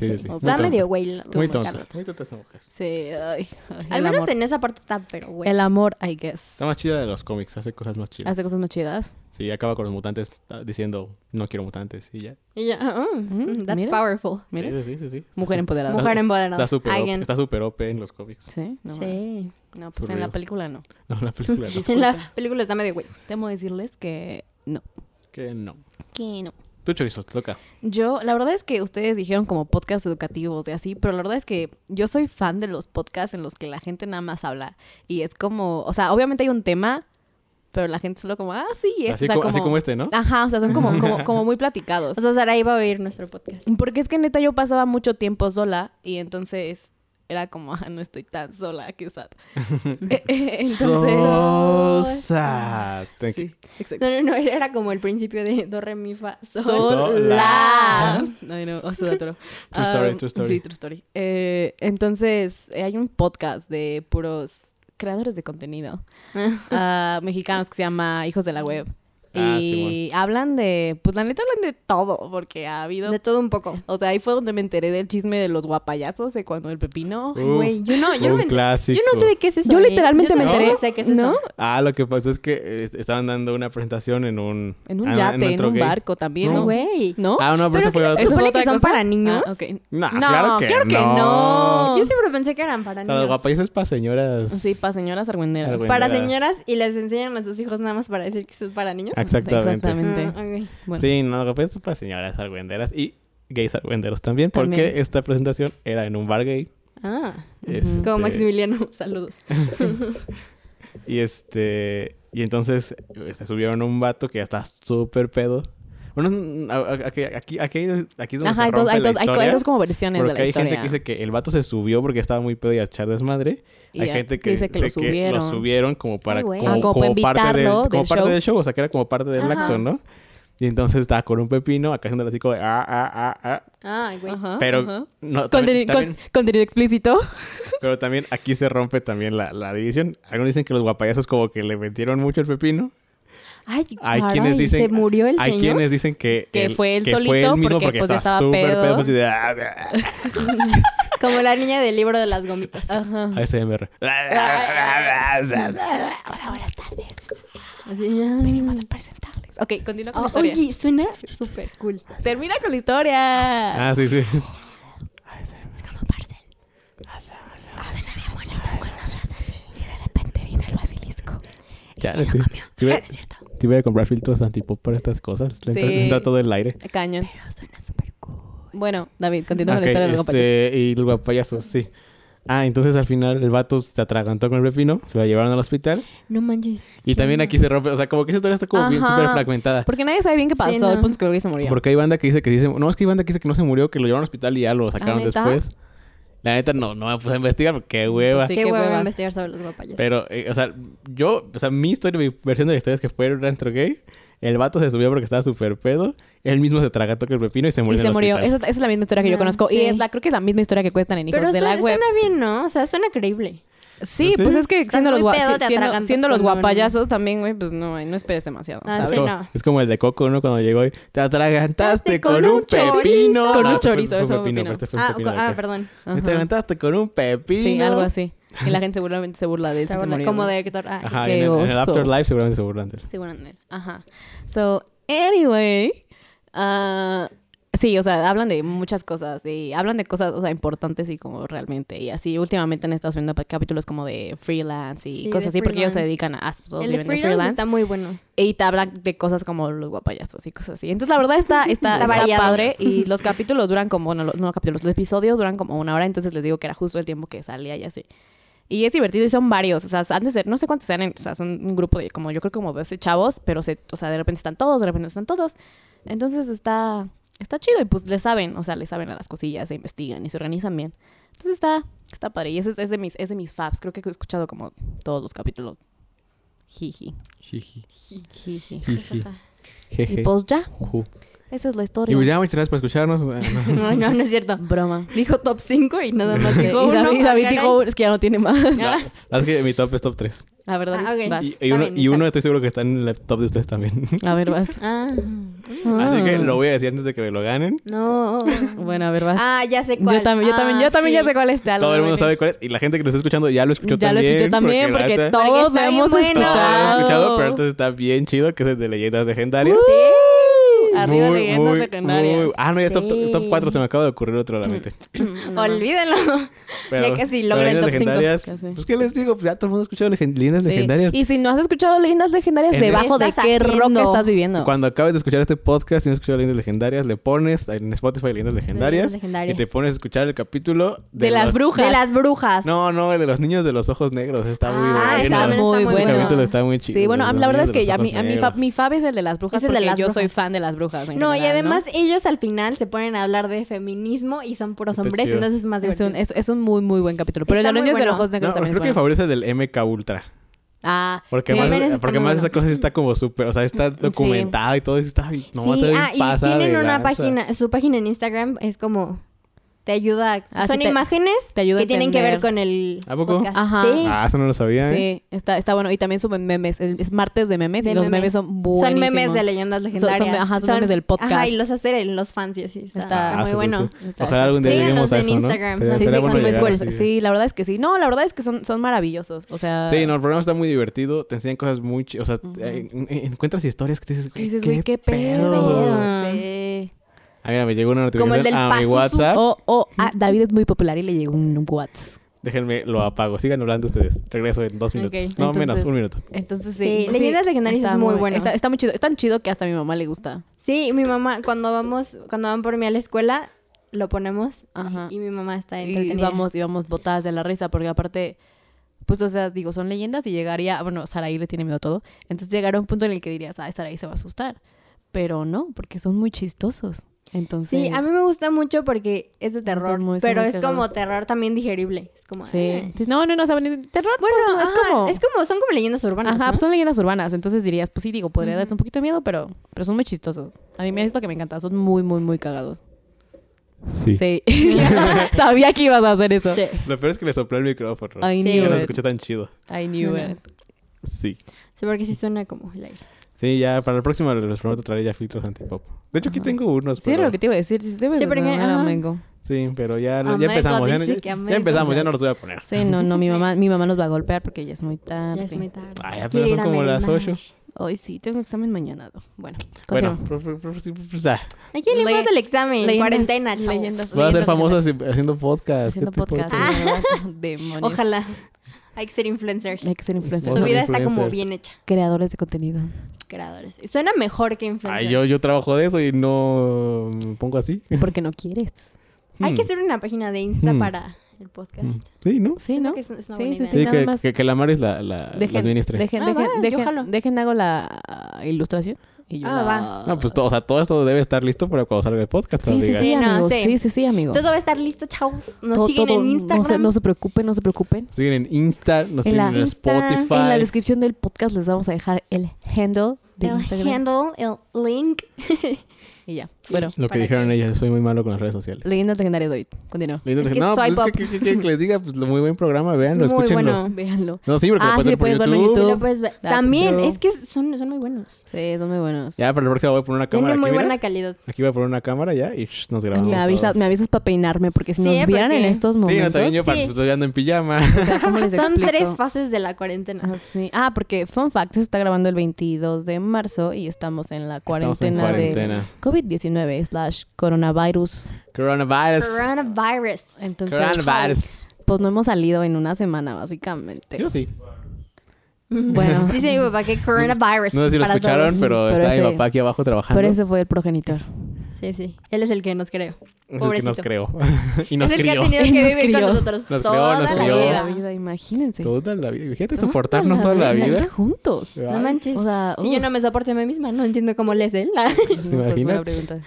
S3: Sí,
S2: Sí,
S3: sí, sí.
S2: o
S3: Muy
S1: Está
S2: sea,
S3: tonta.
S1: medio güey. la-
S3: Muy
S2: tú,
S3: tonta.
S2: Carla.
S3: Muy tonta esa mujer.
S2: Sí, ay, ay,
S1: Al
S2: el
S1: menos
S2: amor.
S1: en esa parte está, pero güey.
S2: El amor, I guess.
S3: Está más chida de los cómics. Hace cosas más chidas.
S2: Hace cosas más chidas.
S3: Sí, acaba con los mutantes ah, diciendo no quiero mutantes y ya.
S1: Y ya, ah, ah,
S2: Mm,
S1: that's
S2: mira.
S1: powerful.
S2: Mira,
S3: Sí, sí, sí, sí.
S2: mujer
S3: Está
S2: empoderada.
S1: Mujer
S3: su-
S1: empoderada.
S3: Está súper op-
S1: Alguien.
S3: está súper OP en los cómics. [laughs]
S2: Sí, no, mames.
S1: sí.
S2: No, pues en
S3: Aburrido.
S2: la película no.
S3: No, la película no.
S1: En la
S2: Disculpa.
S1: película está medio güey.
S2: Temo decirles que no.
S3: que no.
S2: Que no.
S3: Tú, Chorizo, te toca.
S2: Yo, la verdad es que ustedes dijeron como podcast educativos y así, pero la verdad es que yo soy fan de los podcasts en los que la gente nada más habla. Y es como, o sea, obviamente hay un tema, pero la gente solo como, ah, sí, esto.
S3: Así,
S2: o sea,
S3: co- así como este, ¿no?
S2: Ajá, o sea, son
S3: [laughs]
S2: como, como, como muy platicados.
S1: O sea, Sara iba a oír nuestro
S2: [laughs]
S1: podcast.
S2: Porque es que neta yo pasaba mucho tiempo sola y entonces era como, ah, no estoy tan sola,
S3: [laughs]
S2: qué sad. Eh, eh, entonces...
S3: So
S1: Entonces-
S3: sad. Thank you.
S2: Sí, exacto.
S1: No, no, no, era como el principio de Do, Re, Mi, Fa, Sol.
S2: Sola. Ay, no, o sea, otro.
S3: True story,
S2: Um,
S3: true story.
S2: Sí, true story. Eh, entonces, eh, hay un podcast de puros creadores
S3: [laughs]
S2: de contenido ah, mexicanos que se llama Hijos de la Web.
S3: Ah,
S2: y hablan de, pues la neta hablan de todo, porque ha habido...
S1: De todo un poco.
S2: O sea, ahí fue donde me enteré del chisme de los guapayazos de cuando el pepino...
S1: Ay,
S3: Uf,
S1: Güey, yo no, yo no
S3: un
S1: me ent-
S3: clásico.
S1: Yo no sé de qué es eso.
S2: Yo
S1: güey.
S2: literalmente me
S1: tampoco
S2: enteré,
S1: sé qué es
S2: ¿no?
S1: eso.
S3: Ah, lo que pasó es que eh, estaban dando una presentación en un...
S2: En un
S3: ah,
S2: yate, en,
S3: otro
S2: un
S3: gay.
S2: barco también,
S1: Ay,
S2: ¿no?
S1: güey.
S2: ¿No?
S3: Ah, no,
S1: Pero
S3: pero eso fue...
S1: que-
S3: otro-
S1: ¿Eso supone que son para niños?
S2: Ah, ok.
S3: Nah, claro que no.
S1: Yo siempre pensé que eran para
S3: O sea, los
S1: niños.
S3: guapayos es para señoras.
S2: Sí, para señoras argüenderas.
S3: Argüenderas.
S1: Para
S3: Era-
S1: señoras y les enseñan a sus hijos nada más para decir que son para niños.
S3: Exactamente.
S2: Exactamente.
S1: Ah, ok.
S2: Bueno,
S3: Sí, no, los guapayos son para señoras argüenderas y gays argüenderos también, porque
S2: También.
S3: esta presentación era en un bar gay.
S1: Ah,
S2: Ujú.
S3: Este,
S1: como Maximiliano.
S2: saludos.
S3: Y este. Y entonces eh, se subieron a un vato que ya está súper pedo. Bueno, mm, a- a- aquí, aquí, aquí aquí es donde
S2: Ajá,
S3: se
S2: hay dos,
S3: rompe
S2: hay,
S3: la
S2: dos, hay, co-
S3: historia,
S2: hay dos como versiones de
S3: Porque
S2: la
S3: hay
S2: historia.
S3: gente que dice que el vato se subió porque estaba muy pedo y a echar desmadre.
S2: Y
S3: hay
S2: ya,
S3: gente que,
S2: dice que lo
S3: dice que
S2: subieron.
S3: subieron como para,
S1: Ay, güey.
S3: como,
S2: Ah, como
S3: como
S2: para
S3: parte, del,
S2: invitarlo
S3: como
S2: del
S3: parte
S2: show.
S3: del show. O sea, que era como parte del
S1: Ajá.
S3: acto, ¿no? Y entonces estaba con un pepino, acá haciendo así como de ah, ah, ah, ah.
S1: Ah, güey.
S2: Ajá,
S3: Pero,
S2: ajá.
S3: no,
S2: Conteni-
S3: también-
S2: con-
S3: también-
S2: contenido explícito.
S3: pero también aquí se rompe también la, la división. Algunos dicen que los guapayazos como que le metieron mucho el pepino.
S1: Ay,
S3: Hay
S1: caray,
S3: quienes dicen,
S1: se murió el
S3: hay
S1: señor.
S3: quienes dicen que,
S2: Que
S3: él-
S2: fue él
S3: que
S2: solito porque, pues,
S3: estaba
S2: estaba
S3: súper
S2: pedo.
S3: así de, ah, ah, ah,
S1: Como la niña del libro de las gomitas.
S3: ah,
S2: [laughs]
S3: ASMR. ah,
S1: Hola, buenas tardes. Así ya.
S2: Vamos a presentarles. Mm. Ok, continúa con
S1: Oh,
S2: la historia.
S1: oye, suena súper cool.
S2: Termina con la historia.
S3: Ah, sí, sí.
S1: Es como parcel. Y de repente vino el basilisco.
S3: [laughs] Ya, sí. Si
S2: Ah,
S3: voy, si voy a comprar filtros antipop para estas cosas, le entra,
S2: Sí.
S3: le entra todo el aire.
S2: Cañón.
S1: Pero suena súper cool.
S2: Bueno, David, continúa
S3: Ok,
S2: con la historia de los compañeros.
S3: este, y el guapayazo, sí. Ah, entonces al final el vato se atragantó con el pepino, se lo llevaron al hospital.
S1: No manches.
S3: Y también aquí se rompe, o sea, como que esa historia está como bien
S2: Mm. Ajá.
S3: súper fragmentada.
S2: Porque nadie sabe bien qué
S1: Sí,
S2: pasó.
S1: no.
S2: El punto es que creo que se murió.
S3: Porque hay banda que dice que sí se- No, es que hay banda que dice que no se murió, que lo llevaron al hospital y ya lo sacaron
S2: neta? Pues
S3: después. La neta, no, no me puse a investigar, porque qué hueva.
S2: Sí,
S1: qué,
S2: qué
S1: hueva,
S2: hueva.
S1: investigar sobre los guapayos.
S3: Pero, eh, o sea, yo, o sea, mi historia, mi versión de la historia es que fue un antro gay. El vato se subió porque estaba súper pedo. Él mismo se tragó que el pepino y se
S2: Y
S3: murió. en
S2: se
S3: el
S2: murió. Esa,
S3: hospital.
S2: esa es la misma historia que yo
S1: Ah,
S2: conozco. Y
S1: sí.
S2: es la, creo que es la misma historia que cuentan en Hijos
S1: Pero
S2: de la
S1: suena,
S2: Web.
S1: suena bien, ¿no? O sea, suena creíble.
S2: Sí,
S3: ¿Sí?
S2: pues es que
S1: Estás
S2: siendo los,
S1: muy
S2: gua-
S1: pedo,
S2: si-
S1: te
S2: siendo,
S1: atragantas
S2: siendo los
S1: con un-
S2: guapayazos también, güey, pues no, güey, no esperes demasiado.
S1: Ah,
S2: ¿sabes?
S1: sí,
S3: como-
S1: no.
S3: Es como el de Coco, ¿no? Cuando llegó y te atragantaste
S2: Con
S3: con,
S2: un
S3: un pepino.
S2: chorizo. Con un
S3: No, este fue-
S2: chorizo,
S3: fue
S2: eso
S3: un pepino,
S2: opino.
S3: pero este fue un
S1: Ah,
S3: pepino
S1: co-
S3: de
S1: ah,
S3: acá.
S1: perdón.
S3: Te
S2: Ajá.
S3: atragantaste con un pepino.
S2: Sí, algo así. Y la gente seguramente se burla de él. si
S1: Te
S2: se
S1: burla-
S2: murió,
S1: como
S2: ¿no?
S1: de Héctor. Ah,
S3: Ajá,
S2: Qué
S3: y en, el- en el
S2: oso.
S3: Afterlife seguramente se burlan de él.
S2: Seguramente. Ajá. So, anyway. ah, sí, o sea, hablan de muchas cosas. Y hablan de cosas, o sea, importantes y como realmente. Y así, últimamente han estado viendo capítulos como de freelance y
S1: Sí,
S2: cosas
S1: de
S2: así, porque ellos se
S1: freelance.
S2: dedican a. a- todos
S1: el de
S2: viven de
S1: freelance, está muy
S3: [laughs]
S1: bueno.
S2: Y te hablan de cosas como los guapayazos y cosas así. Entonces, la verdad está, está,
S1: Está
S2: está
S1: variado.
S2: padre. Y los capítulos duran como, bueno, los, no los capítulos, los episodios duran como una hora. Entonces, les digo que era justo el tiempo que salía y así. Y es divertido y son varios. O sea, antes de, no sé cuántos sean, en- o sea, son un grupo de como, yo creo que como 12 chavos, pero se, o sea, de repente están todos, de repente no están todos. Entonces, está, está chido y pues le saben, o sea, le saben a las cosillas, se investigan y se organizan bien. Entonces, está, está padre. Y ese es, es de mis, es de mis faps. Creo que he escuchado como todos los capítulos. Jiji.
S3: Jiji,
S2: Jiji. [laughs]
S3: jiji,
S1: Jajaja.
S3: jeje,
S2: Y pues ya,
S3: juju.
S2: esa es la
S3: Y
S2: historia.
S3: pues ya, muchas gracias por escucharnos. [laughs]
S1: No, no, no es cierto.
S2: Broma.
S1: Dijo top 5 y nada más dijo
S2: y
S1: uno.
S2: David,
S1: Ah,
S2: David
S1: caray.
S2: dijo, es que [laughs] ya no tiene más.
S1: Ah,
S3: Así que mi top es top 3.
S2: A ver, David,
S1: Ah, ok.
S2: vas.
S3: Y, y
S1: Está
S3: uno,
S1: bien,
S3: y uno
S1: chale.
S3: estoy seguro que está en el top de ustedes también. [laughs]
S2: A ver, vas.
S1: Ah,
S3: Así que lo voy a decir antes de que me lo ganen.
S1: [laughs] no.
S2: Bueno, a ver, vas.
S1: Ah, ya sé cuál.
S2: yo también, yo también, yo
S1: Ah,
S2: también ya
S1: sí.
S2: sé cuál es. Ya lo
S3: Todo el mundo
S2: adiviné.
S3: sabe cuál es. Y la gente que lo está escuchando ya lo escuchó
S2: Ya lo
S3: también.
S2: escuché también
S3: la
S2: porque,
S3: neta-
S2: todos
S1: Porque está
S2: lo
S1: bien
S2: hemos
S1: bueno.
S3: todos lo
S2: escuchado.
S3: han escuchado, pero entonces está bien chido que es el de leyendas legendarias.
S2: Uh, Arriba
S3: Muy,
S2: leyendas
S3: muy,
S2: secundarias.
S3: muy- Ah, no, ya es top,
S1: Sí.
S3: top 4 se me acaba de ocurrir otro a la mente.
S2: Mm, No,
S1: Olvídenlo.
S3: Pero,
S1: Ya casi
S3: pero
S1: logra el
S3: leyendas
S1: top cinco,
S3: legendarias,
S2: ya sé.
S3: Pues, ¿qué les digo? Pues Ya todo el mundo ha escuchado legen- leyendas
S2: Sí.
S3: legendarias.
S2: Y si no has escuchado leyendas legendarias,
S3: En
S2: ¿debajo de
S1: ¿Qué
S2: qué
S1: estás
S2: roca
S1: haciendo?
S2: estás viviendo?
S3: Cuando acabes de escuchar este podcast y no has escuchado leyendas legendarias, le pones en Spotify leyendas legendarias,
S1: legendarias.
S3: y te pones a escuchar el capítulo
S2: De, las
S3: los-
S2: [laughs] brujas.
S1: De las brujas.
S3: No, no, el de los niños de los ojos negros. Está muy
S1: Ah,
S3: bueno.
S1: ese
S2: está
S1: también
S2: muy
S3: Ese
S2: bueno.
S3: capítulo está muy chido.
S2: Sí, bueno, a mí- la verdad es que ya mi,
S3: mí
S2: a mi, fa- mi fab es el de las
S1: Es
S2: brujas
S1: el de
S2: porque
S1: las
S2: yo soy
S1: brujas.
S2: fan de las brujas. en
S1: No, y
S2: general,
S1: además ellos al final se ponen a hablar de feminismo y son puros
S3: Está
S1: hombres,
S3: chido.
S1: entonces es más
S2: Es
S1: divertido.
S2: un, es, es un muy, muy buen capítulo. Pero
S1: Está
S2: el de los
S1: muy
S2: niños de los
S1: bueno.
S2: ojos negros
S3: creo
S2: también es
S3: que mi
S2: bueno.
S3: favorito es el del MK Ultra.
S2: Ah,
S3: Porque
S2: sí.
S3: más,
S1: También ese
S3: porque
S1: está muy
S3: más
S1: bueno.
S3: esa cosa sí está como súper, o sea, está documentada y todo eso está bien- no,
S1: sí,
S3: está bien
S1: ah, y
S3: pasada
S1: tienen
S3: de
S1: una
S3: lanza.
S1: página, su página en Instagram es como te ayuda,
S2: Ah,
S1: son
S2: sí, te-
S1: imágenes
S2: te ayuda a
S1: que tienen que ver
S2: entender.
S1: con el
S3: ¿A poco?
S1: podcast.
S2: Ajá.
S1: Sí.
S3: Ah, eso no lo sabía, ¿eh?
S2: Sí, está, está bueno. Y también suben memes. El- Es martes de memes.
S1: De
S2: y los
S1: memes.
S2: memes son buenísimos.
S1: son memes de leyendas
S2: Son- son-
S1: legendarias.
S2: ajá, son memes del podcast.
S1: Ajá, y los hacer en los fans y así. Está,
S2: Está-
S1: está
S3: Ah,
S1: muy
S3: súper
S1: bueno.
S3: chido. Ojalá algún día
S1: Síganos
S3: lleguemos a
S1: en
S3: eso, ¿no?
S1: Instagram,
S3: Sería-
S1: son-
S2: Sí,
S3: sería
S2: sí,
S3: bueno
S2: son muy
S3: llegar
S2: cool.
S3: así.
S2: Sí, la verdad es que sí. No, la verdad es que son, son maravillosos. O sea...
S3: Sí, no, el programa está muy divertido, te enseñan cosas muy chi- o sea,
S2: Ujú.
S3: eh, en- en- encuentras historias que te dices,
S2: y Dices, güey, qué pedo.
S1: pedo?
S2: Sí.
S3: Ah, mira, me llegó una
S1: Como el
S3: notificación
S1: del
S3: a mi
S1: Pazuzu.
S3: WhatsApp.
S2: O, o, ah, David es muy popular y le llegó un WhatsApp.
S3: Déjenme, lo apago. Sigan hablando ustedes. Regreso en dos minutos.
S1: Ok,
S3: no,
S2: entonces-
S3: menos, un minuto.
S2: Entonces, sí.
S1: Sí, Leyendas Legendarias
S2: está
S1: es muy bueno.
S2: Está, está muy chido. Es tan chido que hasta a mi mamá le gusta.
S1: Sí, mi mamá cuando vamos cuando van por mí a la escuela lo ponemos
S2: Ajá.
S1: y mi mamá está
S2: Y
S1: entretenida.
S2: íbamos, íbamos botadas de la risa, porque aparte, pues, o sea, digo, son leyendas y llegaría, bueno, Saraí le tiene miedo a todo, entonces llegará un punto en el que dirías, ah, Saraí se va a asustar, pero no, porque son muy chistosos, entonces...
S1: Sí, a mí me gusta mucho porque es de terror,
S2: Son muy- son
S1: pero
S2: muy
S1: es como
S2: terror.
S1: terror también digerible. Es como
S2: Sí,
S1: eh.
S2: sí, no, no, no, o sea, terror,
S1: Bueno,
S2: pues, no, es
S1: ajá,
S2: como...
S1: es como son como leyendas urbanas,
S2: Ajá,
S1: ¿no?
S2: pues son leyendas urbanas, entonces dirías, pues sí, digo, podría
S1: Ujú.
S2: darte un poquito de miedo, pero, pero son muy chistosos. A mí me es lo que me encanta, son muy, muy, muy cagados.
S3: Sí.
S2: Sí.
S1: [laughs]
S2: [laughs] Sabía que ibas a hacer eso.
S1: Sí.
S3: Lo peor es que le sopló el micrófono.
S2: I
S1: Sí.
S2: knew
S3: no se
S2: it.
S3: escucha tan chido.
S2: I knew
S1: No, no.
S3: Pues,
S2: it.
S3: Sí.
S1: Sí, porque sí suena como el aire.
S3: Sí, ya para el próximo les prometo traer ya filtros antipop. De hecho, aquí
S2: Ajá.
S3: tengo unos.
S2: Sí, era
S3: pero-
S2: lo que te iba a decir. Sí, debes
S1: Sí,
S2: de
S1: porque-
S2: tener
S1: ajá.
S2: amengo.
S3: Sí, pero ya, ya
S1: Oh my God,
S3: empezamos. Ya,
S1: dice que
S3: ya- ya
S1: amazing.
S3: empezamos, ya no los voy a poner.
S2: [laughs] Sí, no, no, mi mamá, mi mamá nos va a golpear porque ya es muy tarde.
S1: Ya es muy tarde.
S3: Ay, apenas
S1: Quiero ir
S3: Ah, son
S1: a
S3: como las
S1: merendar.
S3: 8.
S2: Hoy sí, tengo examen mañana. Bueno,
S3: Bueno,
S2: continúa.
S3: pro- pro- pro- pro- pro- ah,
S1: ¿A quién le
S2: Le-
S1: importa el examen?
S2: Leyendas-
S1: Cuarentena, chavos.
S2: leyendas-
S3: voy a ser
S2: leyendas
S3: famosa si- haciendo podcast.
S2: haciendo
S3: ¿Qué tipo de-
S2: podcast. Ah. [laughs] Demonios.
S1: Ojalá. [laughs] Hay que ser influencers.
S2: Hay que ser influencers.
S1: Su
S3: Vamos a
S1: vida
S3: ser
S1: está como
S3: influencers.
S1: bien hecha.
S2: Creadores de contenido.
S1: Creadores. Suena mejor que Ah, influencer.
S3: Ay, yo, yo trabajo de eso y no me pongo así.
S2: Porque no quieres.
S1: Hay que
S3: Hmm.
S1: hacer una página de Insta
S3: Hmm.
S1: para el podcast.
S3: Mm. Sí, ¿no?
S2: Sí,
S1: Siento
S2: ¿no?
S1: que es- es una
S2: Sí,
S1: buena
S2: sí,
S1: idea.
S2: sí,
S3: Sí,
S2: nada
S3: que,
S2: más.
S3: que, que la Maris la, la, la administre.
S2: dejen,
S1: Ah,
S2: dejen,
S1: va, yo jalo.
S2: dejen, dejen hago la ah, ilustración. Y yo
S1: Ah,
S2: la-
S1: va.
S3: No, pues todo, o sea, todo esto debe estar listo para cuando salga el podcast.
S2: Sí, sí,
S3: amigas.
S1: Sí,
S2: sí,
S1: no,
S2: amigo.
S1: sí.
S2: Sí, sí, sí, amigo.
S1: Todo va a estar listo, chavos. Nos
S2: Todo-
S1: siguen
S2: todo,
S1: en Instagram.
S2: No se, no se preocupen, no se preocupen.
S3: Nos siguen en Insta, nos
S2: En
S3: siguen
S2: la
S3: en
S1: Insta, en
S3: Spotify.
S2: En la descripción del podcast les vamos a dejar el handle de
S1: el
S2: Instagram.
S1: handle, el Link.
S2: Y ya. Bueno,
S3: Lo que
S1: ¿Para
S3: dijeron
S1: qué?
S3: ellas, soy muy malo con las redes sociales.
S2: leyendo el legendario David. Continúa.
S3: Leyendo
S1: Es que
S3: dije, no, pues es
S1: swipe
S3: que, ¿qué- qué quieren que les diga, pues lo muy buen programa, veanlo,
S1: Es muy
S3: escúchenlo.
S1: bueno.
S2: Véanlo.
S3: No, sí, porque
S2: Ah,
S3: lo
S2: sí,
S3: pueden ver
S2: puedes
S3: por
S2: verlo en
S3: YouTube.
S1: Sí lo
S2: Tú.
S1: puedes ver.
S2: That's
S1: pues, También,
S2: true.
S1: es que son, son muy buenos.
S2: Sí, son muy buenos.
S3: Ya, para la próxima voy a poner una cámara
S1: Tienen
S3: aquí,
S1: muy
S3: mira.
S1: buena calidad.
S3: Aquí voy a poner una cámara ya y shh, nos grabamos.
S2: me, avisas,
S3: todos.
S2: me avisas para peinarme, porque si
S1: Sí,
S2: nos vieran en
S1: porque-
S2: estos
S3: Sí, no,
S2: momentos...
S3: también yo para-
S1: sí.
S3: pues, estoy ando en pijama. [laughs]
S2: o sea, ¿cómo
S1: [laughs]
S2: les
S1: Son
S2: explico?
S1: tres fases de la cuarentena.
S2: Ah, sí. Ah, porque Fun Fact se está grabando el 22 de marzo y estamos en la
S3: Estamos en
S2: cuarentena,
S3: cuarentena.
S2: de COVID-19 slash coronavirus.
S3: Coronavirus.
S1: Coronavirus.
S2: Entonces,
S3: Coronavirus.
S2: pues no hemos salido en una semana, básicamente.
S3: Yo sí.
S2: [laughs] Bueno,
S1: Dice mi papá que coronavirus.
S3: No sé si lo
S1: para
S3: escucharon,
S1: todos.
S3: pero,
S2: Pero
S3: está mi
S2: ese-
S3: papá aquí abajo trabajando.
S2: pero ese fue el progenitor.
S1: Sí, sí. Él es el que nos creó.
S3: Es el que
S1: pobrecito.
S3: nos creó. [laughs] y nos
S1: Es el que ha
S3: crió.
S2: [laughs]
S1: tenido
S2: Él
S1: que
S2: nos
S1: vivir con
S2: crió.
S1: nosotros
S3: Nos
S1: toda
S3: crió, nos
S1: la
S3: crió.
S2: La
S1: vida.
S2: vida, imagínate.
S3: Toda la vida. Imagínate soportarnos toda la vida.
S1: [laughs]
S2: Juntos.
S3: Ay,
S1: No manches.
S2: O sea,
S1: si
S2: uh.
S1: yo no me soporto a mí misma, no entiendo cómo le es él.
S3: ¿Se
S2: No, pues,
S3: imagina?
S2: buena pregunta.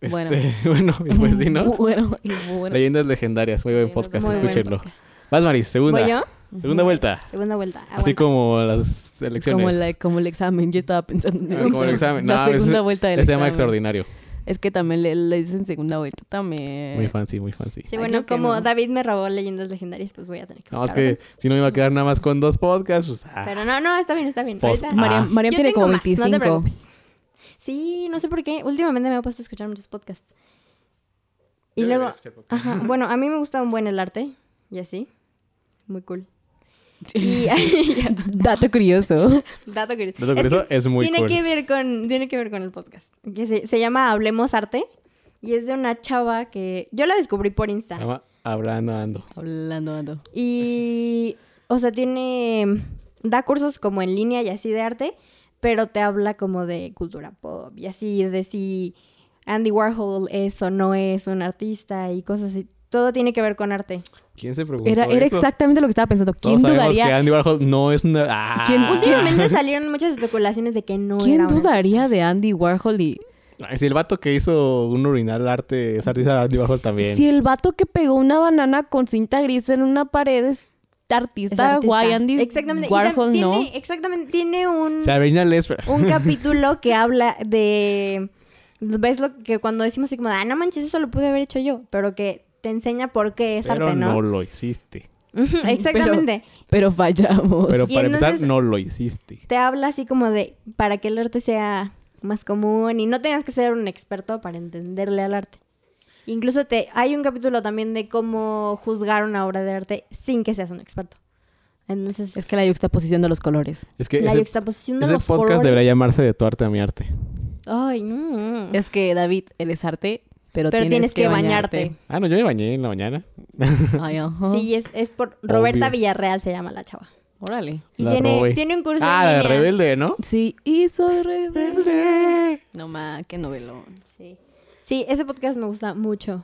S3: este,
S2: Bueno.
S3: [laughs] bueno, y [laughs] pues
S1: [laughs]
S3: sí, ¿no?
S2: [laughs] Bueno, y bueno.
S3: Leyendas legendarias. Muy buen
S2: Leyendas
S3: podcast,
S1: Muy buen
S3: escúchenlo.
S1: podcast.
S3: Vas, Maris, segunda.
S1: ¿Voy yo?
S3: Segunda vuelta.
S1: Segunda vuelta. Ah,
S3: Así
S1: aguanta.
S3: como las elecciones.
S2: Como, la- como el examen, yo estaba pensando en
S3: Ah, como el examen. No,
S2: La
S3: ese-
S2: segunda vuelta del
S3: Ese se llama
S2: examen.
S3: extraordinario.
S2: Es que también le, le dicen segunda vuelta también.
S3: Muy fancy, muy fancy.
S1: Eh. Sí,
S2: Ay,
S1: bueno,
S2: creo que
S1: como
S2: no.
S1: David me robó leyendas legendarias, pues voy a tener que
S3: No, es
S1: buscar
S3: que si no me iba a quedar nada más con dos podcasts, pues, ah,
S1: otra. Pero no, no, está bien, está bien.
S3: Post-
S1: Ahorita-
S2: Mariam,
S3: Ah.
S2: Mariam
S1: Yo
S2: tiene
S1: tengo
S2: como
S1: más, no te
S2: 25.
S1: preocupes. sí, no sé por qué. Últimamente me he puesto a escuchar muchos podcasts. Y
S3: Yo debería
S1: luego,
S3: escuchar podcasts.
S1: ajá, bueno, a mí me gusta un buen el arte y así. Muy cool.
S2: Sí.
S1: Y
S2: [laughs]
S1: [laughs]
S2: Dato curioso.
S1: dato curioso.
S3: Dato
S1: Es que
S3: curioso, es muy
S1: tiene
S3: cool.
S1: que ver con tiene que ver con el podcast. Que se, se llama Hablemos Arte y es de una chava que yo la descubrí por Insta.
S3: Se llama Hablando Ando.
S2: Hablando, ando.
S1: Y, o sea, tiene, da cursos como en línea y así de arte, pero te habla como de cultura pop y así, de si Andy Warhol es o no es un artista y cosas así. Todo tiene que ver con arte.
S3: ¿Quién se preguntó
S2: Era, era
S3: eso?
S2: exactamente lo que estaba pensando.
S3: Todos
S2: ¿Quién
S3: sabemos que
S2: dudaría,
S3: Andy Warhol no es una... ¡Ah!
S2: ¿Quién-
S3: [laughs]
S1: Últimamente salieron muchas especulaciones de que no
S2: ¿quién
S1: era un
S2: dudaría de Andy Warhol y
S3: Ay, Si el vato que hizo un urinal arte es artista Andy Warhol también.
S2: Si el vato que pegó una banana con cinta gris en una pared es artista,
S1: es artista.
S2: guay, Andy
S1: Exactamente. y
S2: Warhol
S1: tiene-
S2: no.
S1: Exactamente. Tiene un...
S3: O sea, Reina Lesper. [laughs]
S1: un capítulo que habla de. ¿Ves lo que cuando decimos así como, ah, no manches, eso lo pude haber hecho yo? Pero que te enseña por qué es
S3: Pero
S1: arte, ¿no?
S3: no lo hiciste. [laughs]
S1: Ujú, Exactamente.
S2: Pero fallamos.
S3: Pero
S1: Y
S3: para empezar,
S1: entonces-
S3: no lo hiciste.
S1: Te habla así como de para que el arte sea más común y no tengas que ser un experto para entenderle al arte. Incluso te hay un capítulo también de cómo juzgar una obra de arte sin que seas un experto. Entonces,
S2: Es que la yuxtaposición de los colores.
S3: Es que
S1: la
S3: ese,
S1: yuxtaposición de
S3: ese
S1: los
S3: podcast
S1: colores.
S3: debería llamarse De tu arte a mi arte.
S1: Ay, no.
S2: Es que David, eres arte, pero,
S1: Pero tienes, que, bañarte.
S3: Ah, no, yo me bañé en la mañana.
S2: Ay, ajá.
S1: Sí, es, es por Roberta
S3: Obvio.
S1: Villarreal se llama la chava.
S2: Órale.
S1: Y
S3: La
S1: tiene,
S3: robé.
S1: tiene un curso
S3: Ah,
S1: en
S3: de
S1: línea.
S3: rebelde, ¿no?
S2: Sí, y soy rebelde.
S3: Rebelde.
S2: No ma, qué novelón.
S1: Sí. Sí, ese podcast me gusta mucho.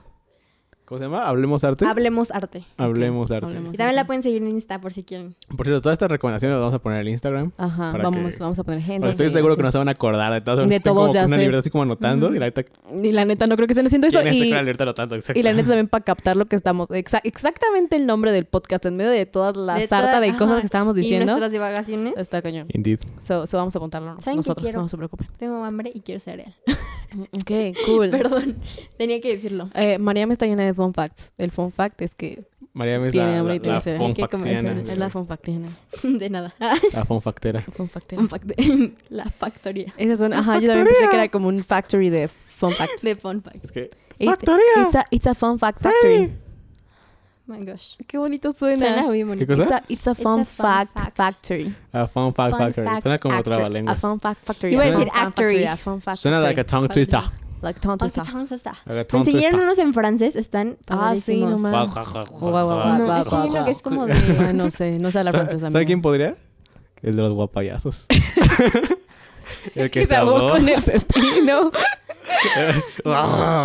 S3: ¿Cómo se llama? Hablemos arte.
S1: Hablemos arte.
S3: Hablemos
S2: Ok,
S3: arte.
S2: hablemos.
S1: Y también la pueden seguir en Insta por si quieren.
S3: Por cierto, todas estas recomendaciones las vamos a poner en el Instagram.
S2: Ajá,
S3: Para
S2: vamos,
S3: que-
S2: vamos a poner gente.
S3: Porque estoy seguro que no se van a acordar de todas.
S2: De
S3: Estoy
S2: todos,
S3: como
S2: ya
S3: con una
S2: sé.
S3: libreta así como anotando. Y la neta,
S2: Y la neta, no creo que estén haciendo eso.
S3: ¿quién está
S2: Y,
S3: con la libreta anotando? Exacto.
S2: y la neta también para captar lo que estamos. exa- exactamente el nombre del podcast, en medio de toda la
S1: De
S2: sarta
S1: toda-
S2: de
S1: ajá.
S2: cosas que estábamos
S1: Y
S2: diciendo.
S1: nuestras divagaciones.
S2: Está cañón.
S3: Indeed.
S2: So, so vamos a apuntarlo
S1: ¿Saben qué
S2: nosotros,
S1: quiero?
S2: no se preocupen.
S1: Tengo hambre y quiero cereal.
S2: Ok, [laughs] cool.
S1: Perdón, [laughs] tenía que decirlo. [laughs]
S2: Eh, María me está llena de fun facts. El fun fact es que
S3: María es
S2: Tiene
S3: la,
S2: hambre y
S3: la,
S2: tiene
S3: la
S2: sed.
S1: Hay que
S3: fonfactiana.
S1: comer sed.
S2: es la fun factiana.
S1: De nada.
S2: Ah.
S1: [laughs]
S3: La fonfactera.
S2: Fun factiana.
S1: Un fact- [laughs] la factoría
S2: Esa suena, ajá, yo también pensé que era como un factory de fun facts.
S1: de fun fact.
S3: Es que...
S2: It-
S3: ¡Factoría!
S2: It's a, it's a fun fact factory.
S1: My gosh.
S2: Qué bonito suena.
S1: Suena muy
S3: ¿Qué
S1: bonito.
S2: It's
S3: cosa?
S2: a, it's a
S1: It's
S2: fun
S1: a fun
S2: fact,
S1: fact.
S2: factory.
S3: La fonfact
S1: Fun
S3: factory.
S1: fact
S3: Suena como
S1: actor.
S2: A
S3: trabalenguas.
S2: fun fact factory.
S1: Iba
S3: a decir
S1: actory.
S2: A fun fact
S3: Suena like a
S2: factory.
S3: tongue twister.
S2: Like tongue
S1: Hasta
S2: twister.
S1: chance está.
S3: Like a
S1: Me
S3: tongue
S1: enseñaron
S3: twister.
S1: unos en francés, están
S2: Ah, sí, no
S1: padrísimos.
S3: Guau,
S2: mames.
S3: guau, guau, guau, guau.
S2: Guau, guau, guau.
S1: No, es que hay uno que es como de...
S2: Ay, [laughs] no sé, no sé hablar
S3: ¿Sabe-
S2: francés.
S3: ¿Sabe
S2: amigo.
S3: quién podría? El de los
S2: [laughs]
S3: guapayazos. el que se ahogó.
S2: ahogó con el pepino.
S1: [laughs]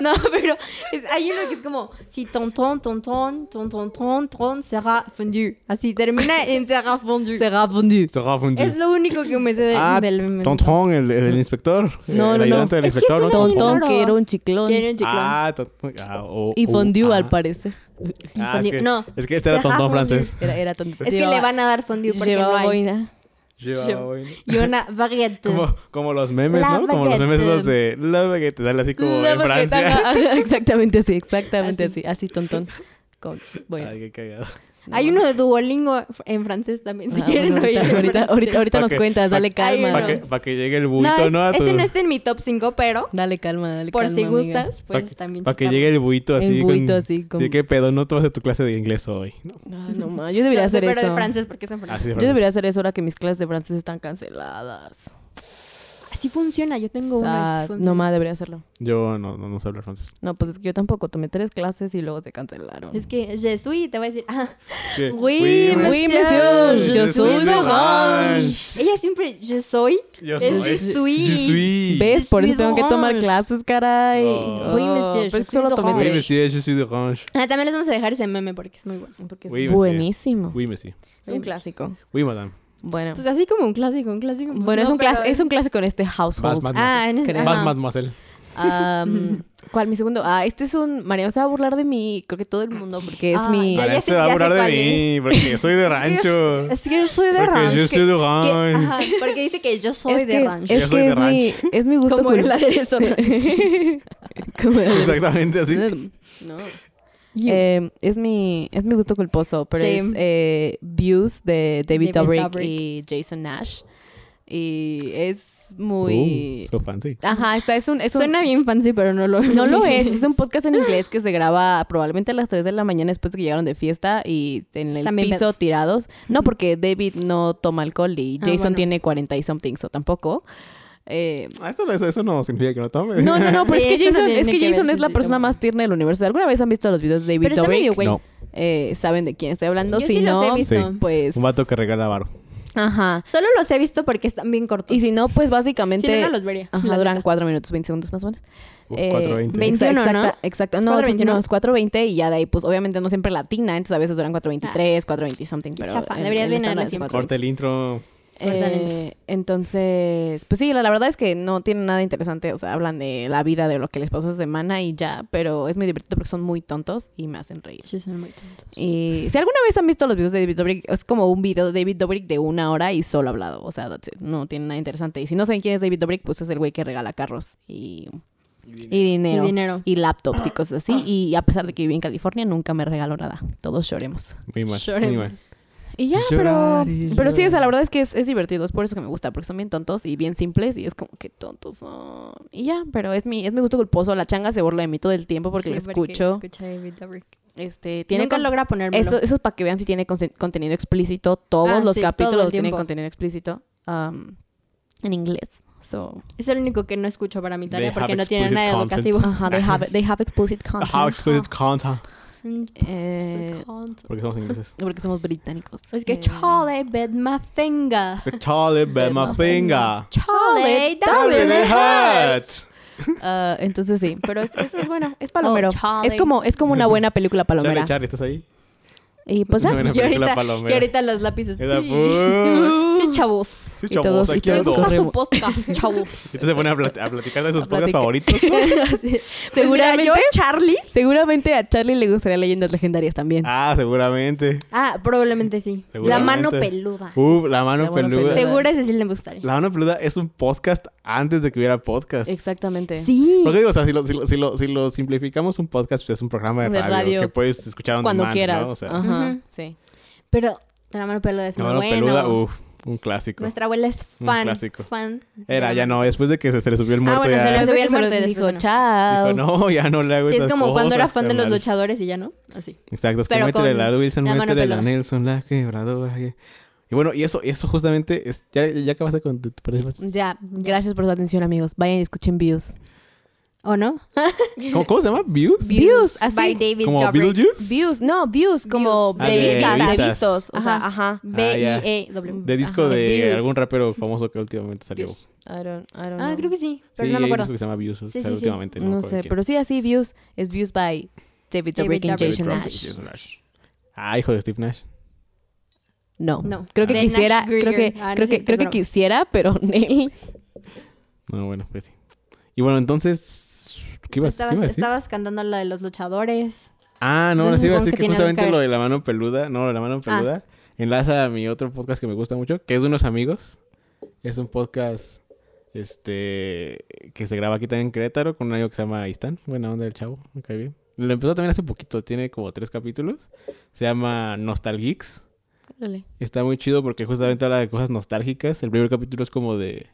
S1: No, pero es- hay uno que es como si tonton, tonton, tonton, tonton, será fondu. Así termina en será fondu.
S2: Se rafundió.
S3: Se confundió.
S1: Es lo único que me sé de-
S3: Ah,
S1: del
S3: Tontón, el, el inspector.
S2: No, no,
S3: el
S2: no.
S3: ayudante del
S1: Es que
S3: inspector.
S1: es
S3: ¿no?
S1: una
S3: Tontón.
S1: Claro.
S2: Tontón, que era un chiclón.
S1: Quieren chiclón.
S3: Ah, tontón. Ah, oh,
S2: Y
S3: oh,
S2: fondió,
S3: ah.
S2: al parecer.
S3: Ah, es
S1: Fondue.
S3: que,
S1: No.
S3: Es que este era
S1: Ajá,
S3: tontón
S1: fondue.
S3: francés.
S2: Era, era tontón.
S1: es que le van a dar fondu porque no
S2: Llevaba
S1: hay.
S2: boina.
S3: Lleva vaina.
S1: Y
S2: [laughs]
S1: una baguette.
S3: Como, como los memes,
S1: La
S3: ¿no? Como los memes
S1: baguette.
S3: esos de la baguette, dale así como
S2: La
S3: en [laughs]
S2: baguette,
S3: Francia.
S2: ajá, [laughs] Exactamente así, exactamente
S1: Así.
S2: así. Así, tontón. Con- bueno.
S3: Ay, qué cagado.
S1: Hay uno de Duolingo en francés también, si
S2: Ah,
S1: quieren
S2: bueno, ahorita,
S1: oírlo.
S2: ahorita, ahorita, ahorita
S3: Pa'
S2: nos
S3: que-
S2: cuentas,
S3: pa-
S2: dale
S1: Ay,
S2: calma.
S1: Bueno.
S3: Para que, pa' que llegue el
S1: No,
S3: buito, ¿no? A
S1: es-
S3: tu-
S1: Ese no está en mi top 5, pero
S2: Dale calma, dale
S1: por
S2: calma.
S1: si
S2: amiga.
S1: gustas,
S3: Pa'
S1: pues también.
S3: Para que
S1: checamos.
S3: llegue el buito así.
S2: El buito
S3: con-
S2: así, con-
S3: Sí, qué pedo, no te vas a tu clase de inglés hoy. ¿no?
S2: Ah, no, ma, yo debería
S1: No,
S2: hacer
S1: Pero
S2: eso.
S1: de francés, porque es en francés.
S3: Así de
S2: Yo
S3: francés.
S2: debería hacer eso ahora que mis clases de francés están canceladas.
S1: Así funciona, yo tengo una. y sí
S2: Sad.
S1: funciona.
S2: No más, debería hacerlo.
S3: Yo no, no, no sé hablar francés.
S2: No, pues es que yo tampoco tomé tres clases y luego se cancelaron.
S1: Es que je suis, te voy a decir. Ah,
S3: ¿Qué?
S1: oui,
S2: Oui,
S1: monsieur,
S2: monsieur,
S1: je
S2: je
S1: suis
S2: suis
S1: d'orange.
S3: d'Orange.
S1: Ella siempre, je soy.
S3: Yo
S1: Es
S3: soy.
S1: je suis.
S3: Je suis.
S2: ¿Ves? Por
S1: Sí,
S2: eso tengo que tomar
S1: d'orange.
S2: clases, caray.
S3: No.
S1: Oui, monsieur,
S2: pues
S1: je
S2: es que solo
S1: suis
S2: tomé
S3: Oui,
S1: d'orange.
S2: tres.
S3: monsieur, je suis d'Orange.
S1: Ah, también les vamos a dejar ese meme porque es muy bueno.
S2: Porque es
S3: Oui, monsieur.
S2: buenísimo.
S3: Oui, monsieur.
S2: Es un clásico.
S3: Oui, madame.
S2: Bueno.
S1: Pues así como un clásico, un clásico. pues
S2: bueno, es,
S1: no,
S2: un clas-
S1: pero-
S2: es un clásico en este
S3: Vas,
S2: household.
S3: mademoiselle.
S1: Ah, en ese.
S2: creo.
S1: ajá.
S3: Vas, mademoiselle.
S1: [laughs]
S2: Am, ¿Cuál? Mi segundo. Ah, este es un. María, se va a burlar de mí. Creo que todo el mundo, porque es
S1: Ah,
S2: mi.
S1: Ya, ya sé-
S3: Ahora se va a
S1: ya sé
S3: burlar de
S1: cuál
S3: mí,
S1: [laughs]
S3: porque soy de
S1: Es que yo-
S3: rancho.
S1: Es que yo soy de ranch.
S3: Porque yo soy de rancho.
S1: ajá, [laughs] porque dice que yo soy
S2: es
S1: de
S2: que,
S1: ranch.
S3: Yo
S2: Es,
S3: soy
S2: que
S3: de
S2: es, mi,
S3: ranch.
S2: es mi gusto
S1: Como el aderezo
S2: [laughs]
S1: de
S2: Como el
S3: [laughs]
S2: aderezo.
S3: Exactamente así.
S2: No. Eh, es, mi, es mi gusto culposo, pero
S1: Sí.
S2: es eh, Views de David,
S1: David
S2: Dobrik,
S1: Dobrik.
S2: y Jason Nash. Y es
S3: Uh,
S2: muy...
S3: so fancy.
S2: Ajá, está, es un... Es un-
S1: Suena bien fancy, pero no lo
S2: No lo
S1: [laughs]
S2: es, es un podcast en inglés que se graba probablemente a las 3 de la mañana después de que llegaron de fiesta y en el
S1: Están bien
S2: piso
S1: pedos.
S2: tirados. No, porque David no toma alcohol y
S1: Ah,
S2: Jason
S1: bueno.
S2: tiene 40 y something, so tampoco.
S3: [laughs]
S2: Eh,
S3: Ah, Eso, eso, eso no significa que no tome.
S2: no, no, no, pero
S1: Sí,
S2: es que
S1: eso no
S2: Jason,
S1: tiene
S2: es, que
S1: que ver,
S2: Jason
S1: sí,
S2: es la
S1: sí,
S2: persona
S1: toma.
S2: más tierna del universo. ¿Alguna vez han visto los videos de David
S1: Pero está medio
S2: Dobrik?
S1: güey.
S3: [laughs] No.
S2: Eh, saben de quién estoy hablando.
S1: Yo
S2: si
S1: sí los
S2: no,
S1: he visto.
S3: Sí.
S2: pues.
S3: Un vato que regala varo.
S2: Ajá.
S1: Solo los he visto porque están bien cortos.
S2: Y si no, pues
S1: Si
S2: básicamente.
S1: no, no los vería.
S2: Ajá,
S1: la
S2: duran
S1: neta.
S2: 4 minutos, 20 segundos más o menos.
S3: Uf,
S2: Eh,
S3: 4.20.
S1: 21,
S2: exacta-
S1: ¿no?
S2: Exacto. No,
S1: 4.21.
S2: no, es 4.20 y ya de ahí, pues obviamente no siempre latina, entonces a veces duran 4.23, 4.20 something. Pero
S1: Ah. chafa,
S2: en-
S1: debería
S2: en
S1: de
S2: estándar
S1: darle
S2: es
S1: tiempo.
S2: 4:20.
S3: Corta el intro.
S1: Cortar
S2: Eh, entonces, pues sí, la, la verdad es que no tienen nada interesante, o sea, hablan de la vida, de lo que les pasó esa semana y ya, pero es muy divertido porque son muy tontos y me hacen reír.
S1: Sí, son muy tontos.
S2: Y si alguna vez han visto los videos de David Dobrik, es como un video de David Dobrik de una hora y solo hablado, o sea, that's it, no tiene nada interesante. Y si no saben quién es David Dobrik, pues es el güey que regala carros y, y dinero.
S1: Y dinero.
S2: Y laptops y cosas así. Y a pesar de que viví en California, nunca me regaló nada. Todos lloremos.
S3: Muy mal. Muy mal.
S1: Lloremos.
S2: Y ya, pero.
S3: Llorar y
S2: Pero sí, o sea,
S3: llorar.
S2: la verdad es que es, es divertido. Es por eso que me gusta, porque son bien tontos y bien simples. Y es como que tontos son. Y ya, pero es mi, es mi gusto culposo. La changa se burla de mí todo el tiempo porque
S1: Sí,
S2: lo escucho.
S1: escucha David Dobrik.
S2: Este, tiene
S1: Nunca
S2: con-
S1: logra ponérmelo.
S2: Eso, eso es para que vean si tiene conse- contenido explícito. Todos
S1: Ah,
S2: los
S1: sí, todo el
S2: capítulos tienen
S1: tiempo.
S2: contenido explícito. um, en inglés. So,
S1: Es el único que no escucho para mi tarea
S3: They
S1: porque
S3: have
S1: no tiene
S3: explicit
S1: nada
S3: content.
S1: educativo.
S2: ajá, they have, they have explicit content.
S3: How explicit content.
S2: Eh,
S3: Porque somos ingleses.
S2: porque somos británicos.
S1: Es que
S2: Eh,
S1: Charlie bit my finger. [laughs]
S3: Charlie bit my finger.
S1: Charlie, that
S3: That
S1: really
S3: really
S1: hurts.
S3: hurt.
S2: Ah, entonces sí, pero es, es, es bueno, es palomero.
S1: Oh, Charlie.
S2: es como es como una buena película palomera.
S3: Charlie, Charlie, ¿estás ahí? [laughs]
S2: Y pues ya.
S3: Una buena
S1: Y ahorita,
S3: película palomera.
S1: y ahorita los lápices.
S3: Era,
S1: Sí.
S3: "Uh".
S1: Sí,
S3: [laughs]
S1: chavos.
S3: Sí,
S2: Y
S3: chavos,
S2: todos- y
S3: aquí
S2: todos
S1: Me gusta
S3: ando.
S1: su
S2: corremos. [laughs]
S1: podcast, chavos.
S3: Y te se pone a, plat- a platicar de sus
S2: A
S3: podcasts
S2: platicar.
S1: [laughs]
S3: favoritos.
S1: Seguramente.
S2: Seguramente-
S1: yo, Charlie.
S2: Seguramente a Charlie le gustaría leyendas legendarias también.
S3: Ah, seguramente.
S1: Ah, probablemente sí. La
S3: Seguramente.
S1: mano peluda.
S3: Uh, la mano
S2: La mano
S3: peluda.
S2: peluda.
S1: Seguro ese sí le gustaría.
S3: La mano peluda es un podcast antes de que hubiera podcast.
S2: Exactamente.
S1: Sí.
S3: Porque digo, o sea, si lo, si, lo, si, lo, si lo simplificamos, un podcast pues, es un programa de,
S2: De
S3: radio,
S2: radio.
S3: que puedes escuchar on
S2: Cuando
S3: demand,
S2: quieras.
S3: ¿no? O sea,
S2: Ajá,
S1: Ujú.
S2: sí.
S1: Pero la mano peluda Ah, es
S3: la
S1: muy
S3: mano
S1: bueno.
S3: peluda, uff, un clásico.
S1: Nuestra abuela es
S3: Un
S1: fan.
S3: clásico.
S1: fan de
S3: Era,
S1: la
S3: ya
S1: mano-
S3: no, después de que se, se le subió el muerto
S1: Ah, bueno,
S3: ya
S1: se le-
S2: Después que
S1: el muerto y
S2: se lo
S1: después
S2: dijo,
S1: no.
S2: chao.
S3: dijo, no, ya no le hago
S1: Sí, es
S3: esas
S1: como cuando era
S3: cosas,
S1: fan de los
S3: carnal".
S1: luchadores y ya no. Así.
S3: Exacto, es que
S1: Pero
S3: métele
S1: con
S3: la Wilson,
S1: la mano
S3: métele la
S1: peluda.
S3: Nelson, la quebradora. Y, y bueno, y eso, y eso justamente, es, ya, ya acabaste con tu tu participación.
S2: Ya, gracias por su atención, amigos. Vayan y escuchen Views.
S1: ¿O no?
S3: ¿Cómo, cómo se llama? ¿Views?
S2: Views, así.
S1: By David
S3: ¿Como
S1: Dobrik.
S3: Beetlejuice?
S2: Views, no, Views como
S1: Views.
S3: Ah,
S2: de
S3: de
S2: vistas, de
S3: vistas.
S2: vistos. O sea,
S1: Ajá.
S2: ajá.
S3: Ah, ya.
S1: B-I-E-W.
S3: De disco
S2: Ajá,
S3: de
S2: es Views.
S3: algún rapero famoso que últimamente salió.
S1: Views.
S2: I don't, I don't
S1: Ah,
S2: know.
S1: creo que sí, pero
S3: sí,
S1: no me
S3: hay un
S1: acuerdo.
S3: disco que se llama Views, salió
S1: sí, sí.
S3: últimamente.
S2: No,
S3: me acuerdo
S2: sé,
S3: quién.
S2: pero sí, así Views es Views by David Dobrik y
S1: David
S2: Jason
S3: David Dobrik,
S2: Nash.
S3: Jason Nash. Ah, hijo de Steve Nash.
S2: No.
S1: No.
S2: Creo que
S1: De
S2: quisiera,
S1: Nash Greer.
S2: creo que,
S1: Ah, no
S2: creo
S1: es
S2: que,
S1: cierto,
S2: creo que
S1: pero-
S2: quisiera, pero él.
S3: No, bueno, pues sí. Y bueno, entonces. ¿Qué ibas, qué
S1: estabas,
S3: ibas a decir?
S1: estabas cantando la de los luchadores.
S3: Ah, no, no,
S1: entonces
S3: sí iba
S1: supongo
S3: a decir
S1: que
S3: que
S1: tiene algo que
S3: justamente
S1: ver. Ah.
S3: lo de la mano peluda. No, lo de la mano peluda. enlaza a mi otro podcast que me gusta mucho, que es de unos amigos. Es un podcast este que se graba aquí también en Querétaro con un amigo que se llama Istán. Buena onda del chavo, me cae bien. Lo empezó también hace poquito, tiene como tres capítulos. Se llama Nostalgeeks.
S2: Órale.
S3: Está muy chido porque justamente habla de cosas nostálgicas. El primer capítulo es como de,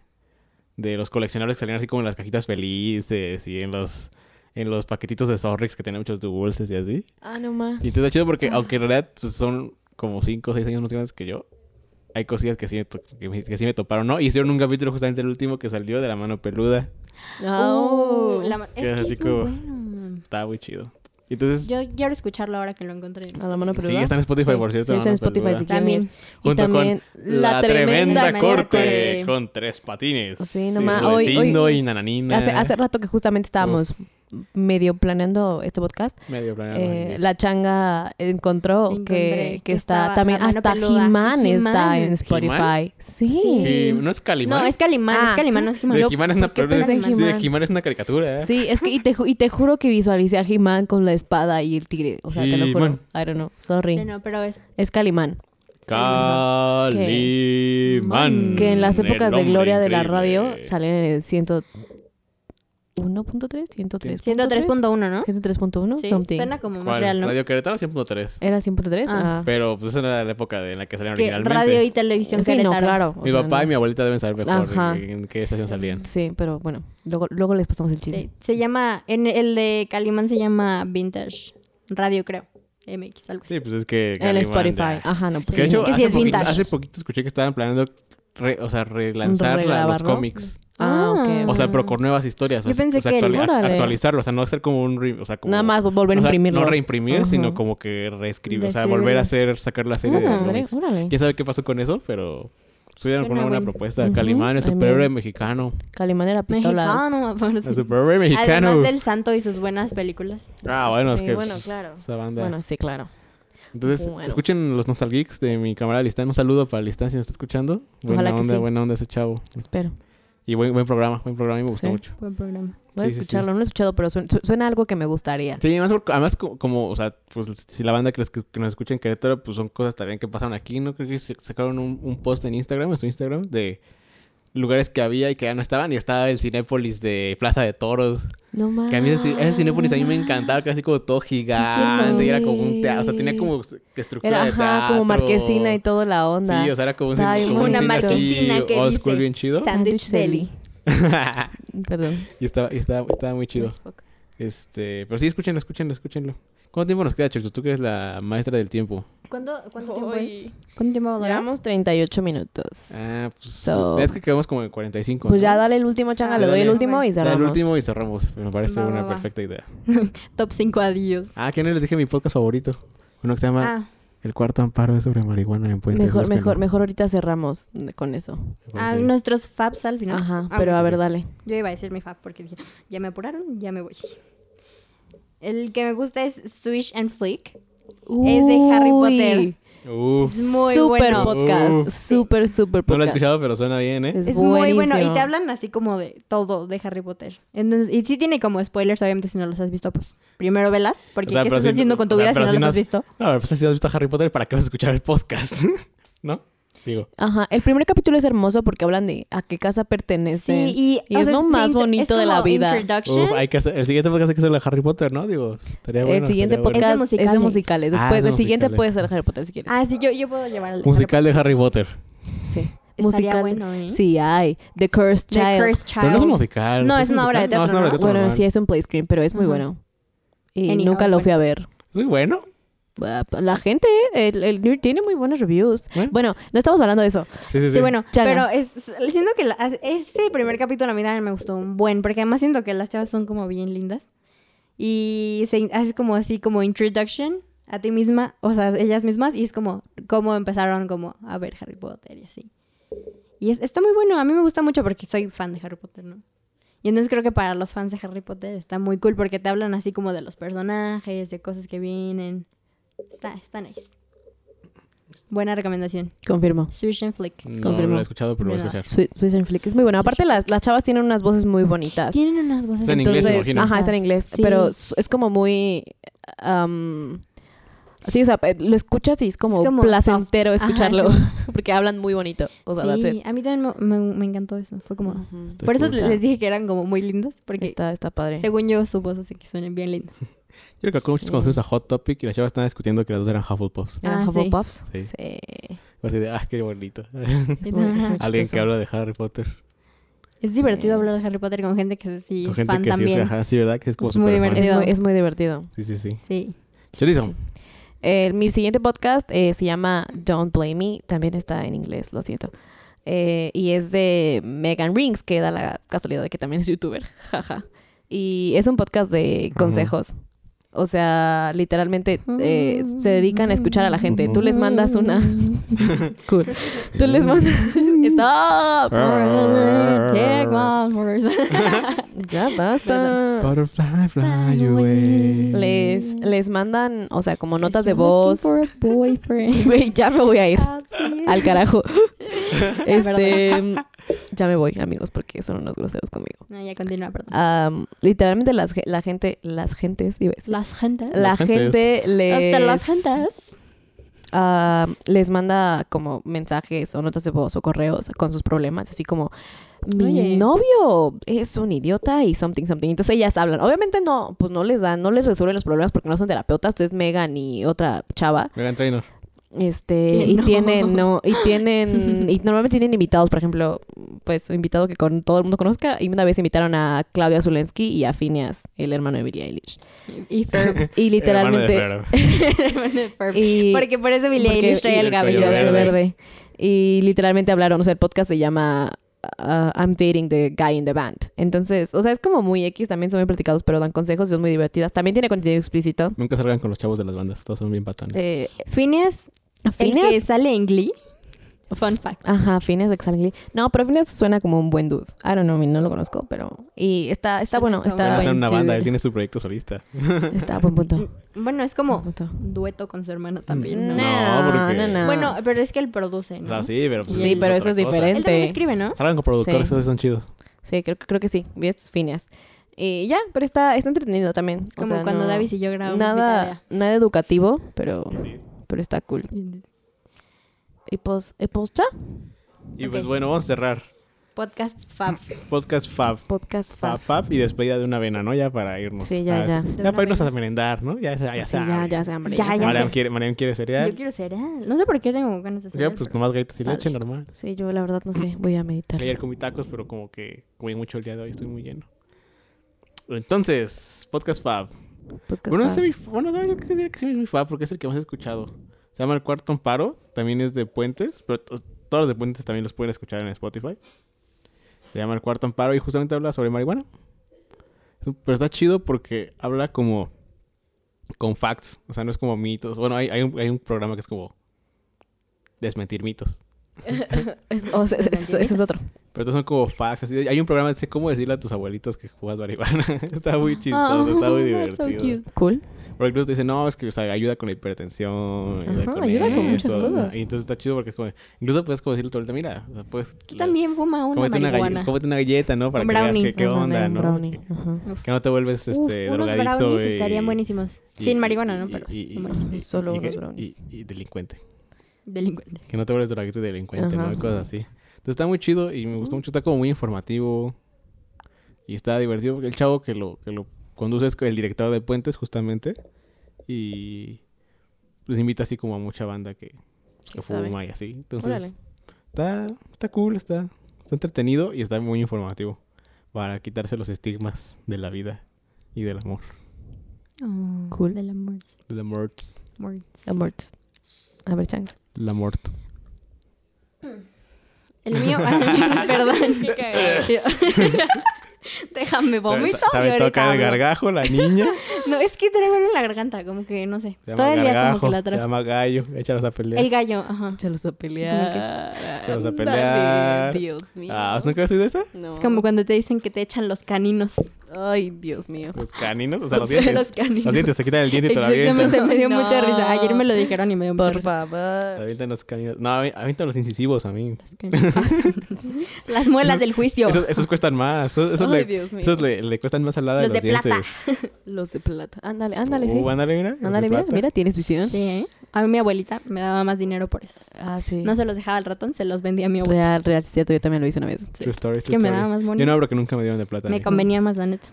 S3: de los coleccionables que salían así como en las cajitas felices y en los, en los paquetitos de Zorrix que tenían muchos dulces y así.
S2: Ah, no más.
S3: Y entonces está chido porque, aunque en realidad pues, son como 5 o 6 años más grandes que yo, hay cosillas que sí, me to- que, me- que sí me toparon, ¿no? Hicieron un capítulo justamente el último que salió de la mano peluda.
S2: Ah, Oh.
S1: Uh, la ma-
S3: Que
S1: es que
S3: es así
S1: es muy
S3: como-
S1: bueno.
S3: Está muy chido. Y entonces,
S1: Yo quiero escucharlo ahora que lo encontré.
S2: a Ah, la mano
S3: sí,
S2: peluda.
S3: está en Spotify,
S2: Sí,
S3: por cierto.
S2: sí,
S3: La
S2: está en
S3: Mano
S2: Spotify,
S3: Peluda.
S2: sí.
S1: También.
S2: Y
S3: Junto
S2: también
S3: con La Tremenda,
S1: Tremenda
S3: corte,
S1: Corte.
S3: con tres patines.
S2: Sí,
S3: Y
S2: nomás, hoy-
S3: Rudecindo
S2: hoy-
S3: y Nananina.
S2: Hace, hace rato que justamente estábamos medio planeando este podcast.
S3: Medio planeado.
S2: eh,
S3: en
S2: la changa encontró
S1: Encontré
S2: que,
S1: que
S2: que está
S1: estaba
S2: también
S1: La Mano
S2: hasta
S1: Peluda.
S2: He-Man está
S1: He-Man.
S2: en Spotify.
S1: Sí.
S2: Sí.
S3: diez. Y no es Calimán.
S1: No, es Calimán,
S2: Ah.
S1: es Calimán, no es Jimán.
S3: De
S1: Yo-
S3: He-Man es una,
S1: ¿por qué
S3: pero de-
S1: pensé en
S3: sí, de
S1: He-Man?
S3: He-Man es una caricatura. ¿eh?
S2: Sí, es que y te, ju- y te juro que visualicé a He-Man con la espada y el tigre. O sea, te lo juro.
S3: He-Man.
S2: I don't know. Sorry.
S1: Sí, no, pero es
S2: Es Calimán.
S3: Calimán.
S2: Que en las épocas
S3: el
S2: de gloria
S3: hombre
S2: de la radio
S3: increíble.
S2: salían en el 101.3, 103.
S1: 103.1, ¿no?
S2: 103.1,
S1: Sí,
S2: something.
S1: suena como más
S3: ¿Cuál?
S1: real, ¿no?
S3: Radio Querétaro 100.3.
S2: ¿Era 100.3?
S1: Ah.
S2: Ah.
S3: Pero pues esa era la época de- en la que salían
S1: Que
S3: originalmente.
S1: radio y televisión
S2: Sí, no,
S1: Querétaro.
S2: claro. o
S3: Mi
S2: sea,
S3: papá y
S2: no.
S3: mi abuelita deben saber mejor
S2: Ajá.
S3: en, en qué estación salían.
S2: Sí, pero bueno, luego, luego les pasamos el chisme.
S1: Sí, se llama, en el de Calimán se llama Vintage Radio, creo. MX, algo así.
S3: Sí, pues es que.
S2: En
S3: Calimán
S2: Spotify.
S3: ya-
S2: Ajá, no, pues
S3: Que de
S2: sí,
S3: hecho,
S1: que sí
S3: hace,
S1: es
S3: poquito,
S1: vintage.
S3: hace poquito escuché que estaban planeando, re- o sea, relanzar la- los
S2: Regrabarlo.
S3: cómics.
S2: Ah, ok.
S3: O sea,
S1: Ah.
S3: pero con nuevas historias.
S1: Yo
S3: o sea,
S1: pensé
S3: o sea,
S1: que el-
S2: Órale.
S3: actualizarlo. O sea, no hacer como un. re- O sea, como,
S2: Nada más vol- volver a
S3: o sea,
S2: imprimirlos.
S3: No reimprimir, sino
S2: Ajá.
S3: como que reescribir. O sea, volver a hacer, sacar la serie
S1: Ajá.
S3: de
S2: Órale,
S3: cómics.
S2: órale.
S3: ¿Quién sabe qué pasó con eso? Pero subieron
S1: Suena
S3: una buena
S1: bueno.
S3: propuesta.
S2: Ujú.
S3: Calimán, el
S2: Ay, mira.
S3: superhéroe mexicano.
S2: Calimán era pistolas.
S1: Mexicano, aparte.
S3: El superhéroe mexicano.
S1: Además del santo y sus buenas películas.
S3: Ah, bueno, es
S2: Sí,
S3: que.
S2: bueno, claro.
S3: Esa banda.
S2: Bueno, sí, claro.
S3: Entonces,
S2: bueno.
S3: escuchen los Nostal Geeks de mi camarada Listán. Un saludo para Listán si nos está escuchando. Buena
S2: Ojalá que
S3: onda,
S2: sí.
S3: buena onda ese chavo.
S2: Espero.
S3: Y buen, buen programa, buen programa y me gustó
S2: Sí.
S3: mucho.
S1: Buen programa.
S3: Sí,
S2: Voy a
S3: sí, sí.
S2: escucharlo, no lo he escuchado, pero suena, su- suena algo que me gustaría.
S3: Sí, además, porque- además co- como, o sea, pues si la banda que, los- que nos escucha en Querétaro, pues son cosas también que pasaron aquí, ¿no? Creo que se- sacaron un, un post en Instagram, en su Instagram, de lugares que había y que ya no estaban. Y estaba el Cinépolis de Plaza de Toros.
S2: No mames.
S3: Que a mí ese, ese Cinépolis a mí me
S2: Ah.
S3: encantaba, que era así como todo gigante. y era como un teatro, o sea, tenía como estructura
S2: Era
S3: de
S2: ajá,
S3: teatro.
S2: como marquesina y toda la onda.
S3: Sí, o sea, era como un,
S2: Estaba
S3: cine-
S2: bien
S3: como un
S2: bonito.
S1: Una
S3: cine así,
S1: marquesina que
S3: old
S1: dice
S3: school bien chido.
S1: Sandwich Deli.
S2: Perdón.
S3: [laughs] y estaba, y estaba, estaba muy chido.
S2: Fuck.
S3: Este, pero sí, escúchenlo, escúchenlo, escúchenlo. ¿Cuánto tiempo nos queda, Checo? Tú que eres la maestra del tiempo.
S1: ¿Cuánto, cuánto tiempo es?
S2: Uy.
S1: ¿Cuánto tiempo va a durar?
S2: Llevamos 38 minutos.
S3: Ah, pues
S2: So-
S3: es que quedamos como en 45.
S2: Pues
S3: ¿no?
S2: ya dale el último, changa,
S1: Ah,
S2: le doy el
S3: dale.
S2: último y
S3: Da
S2: cerramos.
S3: el último y cerramos. Me parece
S1: Va, va,
S3: una
S1: va.
S3: perfecta idea.
S1: Top 5 adiós.
S3: Ah, que no les dije mi podcast favorito. Uno que se llama
S1: Ah,
S3: El cuarto amparo es sobre marihuana en Puente.
S2: Mejor, mejor, mejor ahorita cerramos con eso.
S3: pues
S1: ah, nuestros faps al final.
S2: Ajá,
S1: Ah,
S2: pero a
S3: sí,
S2: ver,
S3: sí.
S2: dale.
S1: Yo iba a decir mi fab porque dije, ya me apuraron, ya me voy. El que me gusta es Swish and Flick. Es de Harry Potter.
S2: Uy,
S1: Es muy
S2: súper
S1: bueno.
S2: podcast,
S3: Uh.
S2: súper, súper
S3: No lo he
S2: podcast.
S3: escuchado, pero suena bien, ¿eh?
S1: Es, muy bueno y
S2: buenísimo.
S1: te hablan así como de todo de Harry Potter. Entonces, y sí tiene como spoilers, obviamente, si no los has visto, pues primero velas, porque
S3: O sea,
S1: ¿qué
S3: pero
S1: estás
S3: si-
S1: haciendo con tu
S3: o sea,
S1: vida si
S3: pero
S1: no
S3: si
S1: los
S3: no
S1: has
S3: has-
S1: visto?
S3: No, pero pues, si has visto Harry Potter, ¿para qué vas a escuchar el podcast? [laughs] ¿No? Digo.
S2: Ajá, el primer capítulo es hermoso porque hablan de a qué casa pertenecen. y
S1: o
S2: es
S1: sea,
S2: lo
S1: sí,
S2: más
S1: es
S2: bonito de
S1: como
S2: la vida.
S1: introduction.
S3: Uf, hay que hacer- el siguiente podcast hay que hacerlo de Harry Potter, ¿no? Digo, estaría bueno.
S2: el siguiente
S3: estaría bueno.
S2: podcast
S1: Es de
S2: es de
S1: musicales.
S2: musicales.
S3: Ah,
S2: Después,
S3: es de
S2: el siguiente
S3: musicales.
S2: puede ser Harry Potter si quieres.
S1: Ah, sí, yo, yo puedo llevar al
S3: Musical de Harry Potter.
S2: sí.
S1: Estaría bueno, ¿eh?
S2: Sí, hay. The Cursed
S1: The
S2: Child.
S1: Cursed
S3: Pero no es un
S1: Child.
S3: musical.
S1: No,
S3: ¿sí
S1: es una obra de
S3: musical?
S1: teatro,
S3: No, es una obra de
S1: ¿no?
S3: teatro.
S2: Bueno,
S3: normal.
S2: sí, es un play screen, pero es muy
S1: Ajá.
S2: bueno. Y
S1: Anyhow,
S2: nunca
S1: es
S2: lo
S1: bueno.
S2: fui a ver.
S3: Es muy bueno.
S2: Ah, La gente, eh, el, el- tiene muy buenos reviews.
S3: Bueno.
S2: Bueno, no estamos hablando de eso.
S3: Sí, sí, sí.
S1: Sí, bueno,
S2: Chaga.
S1: pero es, es- siento que la- este primer capítulo a mí también me gustó un buen, porque además siento que las chavas son como bien lindas. Y se hace como así como introduction a ti misma, o sea, ellas mismas, y es como cómo empezaron como a ver Harry Potter y así. Y es- está muy bueno, a mí me gusta mucho porque soy fan de Harry Potter, ¿no? Y entonces creo que para los fans de Harry Potter está muy cool porque te hablan así como de los personajes, de cosas que vienen. Está, está nice. Buena recomendación.
S2: Confirmo.
S1: Swish and Flick.
S3: No, no
S2: confirmo.
S3: lo he escuchado, pero lo voy a
S1: De nada.
S3: escuchar.
S2: Swi- Swiss and Flick es muy bueno. Aparte, las, las chavas tienen unas voces muy bonitas.
S1: Tienen unas voces
S3: Está en inglés,
S2: Entonces,
S3: imagino.
S2: ajá, está en inglés.
S1: Sí.
S2: Pero es es como muy. am, Sí, o sea, eh, lo escuchas y es como,
S1: como
S2: placentero
S1: soft. Ajá,
S2: escucharlo, [laughs] porque hablan muy bonito. O sea, that's
S1: sí,
S2: it.
S1: a mí también me, me- me encantó eso. Fue como...
S2: Ujú.
S3: Estoy
S1: Por eso
S3: cool.
S2: cool.
S1: les dije que eran como muy lindas, porque
S2: Está, está padre.
S1: según yo su voz hace que suenen bien lindas.
S3: Yo recuerdo mucho
S2: Sí.
S3: cuando fuimos a Hot Topic y las chavas estaban discutiendo que las dos eran Hufflepuffs.
S1: Ah,
S2: ¿Eran
S1: sí.
S2: Hufflepuffs?
S3: Sí.
S2: Sí.
S3: Fue Así de, ah, qué bonito. [laughs]
S2: Es muy- es muy
S1: Ajá.
S3: Alguien que
S2: chistoso.
S3: habla de Harry Potter.
S1: Es divertido
S2: Sí.
S1: hablar de Harry Potter con gente que sí
S3: Con
S1: es
S3: gente
S1: fan
S3: que sí es,
S1: también.
S3: ajá, sí, ¿verdad? Que es como
S1: Es muy
S3: súper fan.
S1: divertido.
S2: Es muy, es muy divertido.
S3: Sí, sí, sí.
S1: sí.
S3: Chorizo.
S2: Eh, mi siguiente podcast eh, se llama Don't Blame Me. También está en inglés, lo siento. Eh, y es de Megan Rings, que da la casualidad de que también es youtuber. [laughs] Jaja. Y es un podcast de
S3: Ajá.
S2: consejos. O sea, literalmente eh, se dedican a escuchar a la gente. Tú les mandas una. [laughs] Cool. Tú
S3: Mm.
S2: les
S1: [laughs]
S2: mandas. ¡Stop!
S1: Check my words.
S2: Ya basta.
S3: Butterfly, fly away.
S2: Les, les mandan, o sea, como notas de
S1: If you're looking
S2: voz.
S1: for a boyfriend.
S2: [laughs] Güey, ya me voy a ir.
S1: [laughs]
S2: Al carajo. este.
S1: Perdón.
S2: [laughs] Ya me voy, amigos, porque son unos groseros conmigo.
S1: No, ya continúa, perdón.
S2: Ah, Am, literalmente, las, ge- la gente. Las gentes, iba a decir.
S1: Las gentes.
S2: La
S3: Las gentes.
S2: gente les.
S1: Hasta las gentes.
S2: am, les manda como mensajes o notas de voz o correos con sus problemas, así como. Mi
S1: Oye.
S2: novio es un idiota y something, something. Entonces ellas hablan. Obviamente no, pues no les dan, no les resuelven los problemas porque no son terapeutas. Es Megan y otra chava.
S3: Megan Trainor.
S2: Este,
S1: Que
S2: y
S1: no.
S2: tienen, no,
S1: [laughs]
S2: y tienen, y normalmente tienen invitados, por ejemplo, pues un invitado que con todo el mundo conozca, y una vez invitaron a Claudia Zulensky y a Phineas, el hermano de Billie Eilish.
S1: Y
S2: [laughs]
S1: Ferb.
S2: Y literalmente,
S3: Hermano de
S1: [laughs]
S3: Ferb.
S2: y,
S1: Porque por eso Billie
S2: porque-
S1: Eilish trae
S3: y
S1: el
S3: el
S2: y
S3: cabello
S1: cabello
S2: ya sé
S3: verde.
S2: verde. Y literalmente hablaron, o sea, el podcast se llama ah, I'm Dating the Guy in the Band. Entonces, o sea, es como muy X, también son muy platicados, pero dan consejos y son muy divertidas. También tiene contenido explícito.
S3: Nunca salgan con los chavos de las bandas. Todos son bien patanes.
S2: Eh,
S1: Phineas, el
S2: Phineas-
S1: que sale en Glee. Fun fact.
S2: Ajá, Phineas Exalgli. No, pero Phineas suena como un buen dude. I don't know, no lo conozco, pero... Y está, está
S1: Suena
S2: bueno,
S1: como-
S3: Pero no
S2: está
S3: está
S2: buen
S3: en una banda. Él
S2: dude.
S3: tiene su proyecto solista.
S2: Está buen
S3: [laughs]
S2: punto.
S1: Bueno, es
S2: Buen
S1: como
S2: punto.
S1: un dueto con su hermana también, ¿no?
S3: No. porque-
S1: Bueno, pero es que él produce, ¿no?
S3: O sea, sí, pero... pues,
S1: Sí,
S2: pero
S3: otra
S2: eso
S3: cosa.
S2: es diferente.
S1: Él también escribe, ¿no?
S3: Salgan con productores,
S2: Sí.
S3: esos son chidos.
S2: Sí, creo, creo que sí. Es Phineas. Y ya, pero está, está entretenido también.
S1: Es como cuando Davis y yo grabamos
S2: Nada, nada educativo, pero, pero está cool.
S1: mi tarea.
S2: Y pues, y pues ya.
S3: Y pues
S1: Ok.
S3: bueno, vamos a cerrar.
S1: Podcast Fabs.
S3: Podcast Fab.
S2: Podcast
S3: Fab,
S2: Fab.
S3: Fab y despedida de una avena, ¿no? Ya para irnos.
S2: Sí, ya,
S3: Ah,
S2: ya.
S1: De
S3: Ya
S1: una
S3: para irnos a
S1: avena.
S3: merendar, ¿no? Ya, ya, ya.
S2: Sí,
S3: sabe.
S2: ya, ya se hambre.
S1: Ya, ya sé.
S2: se
S3: Mariam
S2: hambre.
S3: quiere, Mariam quiere cereal.
S1: Yo quiero cereal. No sé por qué tengo ganas de cereal.
S3: Ya, pues
S1: [laughs] pero-
S3: nomás galletas y leche,
S2: Vale.
S3: normal.
S2: Sí, yo la verdad no sé. Voy a meditar.
S3: Ayer comí tacos, pero como que comí mucho el día de hoy, estoy muy lleno. Entonces, Podcast Fab.
S2: Podcast
S3: Bueno,
S2: Fab.
S3: ese mi, bueno, no, yo diría que sí es mi Fab porque es el que más he escuchado. Se llama El Cuarto Amparo, también es de Puentes, pero to- todos los de Puentes también los pueden escuchar en Spotify. Se llama El Cuarto Amparo y justamente habla sobre marihuana. Es un- Pero está chido porque habla como con facts, o sea, no es como mitos. Bueno, hay, hay, un, hay un programa que es como desmentir mitos.
S2: Es- o sea, es- es- ese es otro.
S3: Pero estos son como facts. Así de- hay un programa de sé cómo decirle a tus abuelitos que juegas marihuana. [laughs] está muy chistoso,
S1: Oh,
S3: está muy
S1: that's [laughs] so
S3: divertido.
S1: cute.
S2: Cool.
S3: Porque incluso te dicen, no, es que o sea, ayuda con la hipertensión, ayuda
S2: Ajá,
S3: con
S2: ayuda
S1: con muchas
S3: esto,
S2: cosas.
S3: Y entonces está chido porque es como, incluso puedes como decirle todo ahorita, mira, o sea, puedes...
S1: Tú también fuma una
S3: cómete una,
S1: marihuana.
S3: galleta, cómete una galleta, ¿no? Para
S1: Un
S3: que veas
S1: brownie.
S3: que, qué
S2: Ándale,
S3: onda,
S2: un
S3: ¿no?
S2: brownie.
S3: Que-
S2: Ajá.
S3: Que no te vuelves
S1: Uf,
S3: este,
S1: unos
S3: drogadicto.
S1: brownies
S3: y-
S1: estarían buenísimos.
S3: y-
S1: Sin
S3: y-
S1: marihuana, ¿no?
S3: y-
S1: Pero
S3: y-
S1: son buenísimos.
S3: y-
S2: Solo
S3: y-
S2: unos
S3: y-
S2: brownies.
S3: Y, y delincuente.
S1: Delincuente.
S3: Que no te vuelves drogadicto y delincuente,
S2: Ajá.
S3: ¿no? Y cosas así. Entonces está muy chido y me gustó mucho. Está como muy informativo. Y está divertido. porque El chavo que lo, que lo conduce es el director de Puentes, justamente. Y pues invita así como a mucha banda que, que
S2: Sí, sabe.
S3: fuma y así.
S2: Órale.
S3: Entonces está, está cool, está, está entretenido y está muy informativo. Para quitarse los estigmas de la vida y del amor.
S1: Oh,
S2: Cool.
S1: De la Morse.
S3: Del amor.
S1: Morse.
S2: Amorts. A ver, Changs.
S3: La mort.
S1: El mío. [laughs] Perdón. [laughs] Déjame vomito. y
S3: Sabe
S1: ahorita
S3: tocar el
S1: hablo.
S3: gargajo, la niña.
S1: No, es que tengo algo en la garganta, como que no sé.
S3: Se llama
S1: Todo el día
S3: gargajo,
S1: como que la
S3: Se
S1: trajo.
S3: llama gallo. Échalos a pelear.
S1: El gallo, ajá.
S2: Échalos a pelear.
S3: Échalos a
S2: Ándale,
S3: pelear.
S2: Dios mío.
S3: Ah, ¿nunca has oído esa?
S2: No.
S1: Es como cuando te dicen que te echan los caninos.
S2: Ay, Dios mío.
S3: Los
S1: [laughs]
S3: caninos, o sea, los
S2: Los-
S3: dientes.
S2: los
S3: Los,
S2: caninos.
S3: dientes, te quitan el diente y te lo avientan.
S1: Exactamente, me dio
S2: No.
S1: mucha risa. Ayer
S2: [laughs]
S1: me lo dijeron y me dio mucha
S2: Por
S1: risa.
S3: Te
S2: favor.
S3: avientan los caninos. No, a mí- avientan los incisivos a mí. [laughs]
S1: "Ah, Las muelas del juicio.
S3: Esos, esos cuestan más. Esos, esos le,
S2: Ay, Dios mío.
S3: esos le, le cuestan más al hada de
S1: Los
S3: los,
S1: de plata.
S3: dientes.
S2: Los de plata. Ándale, ándale, sí.
S3: Uh, ándale, mira. los de
S2: Ándale, mira,
S3: plata.
S2: mira, tienes visión.
S1: Sí, ¿eh? A mí mi abuelita me daba más dinero por esos.
S2: Ah, sí.
S1: No se los dejaba al ratón, se los vendía a mi abuelita.
S2: Real, real, sí, cierto, yo también lo hice una vez.
S3: True story,
S1: Es
S3: true
S1: que me
S3: story.
S1: daba más
S3: Yo
S1: money.
S3: no abro que nunca me dieron de plata. ¿eh?
S1: Me
S3: a mí.
S1: convenía más, la neta.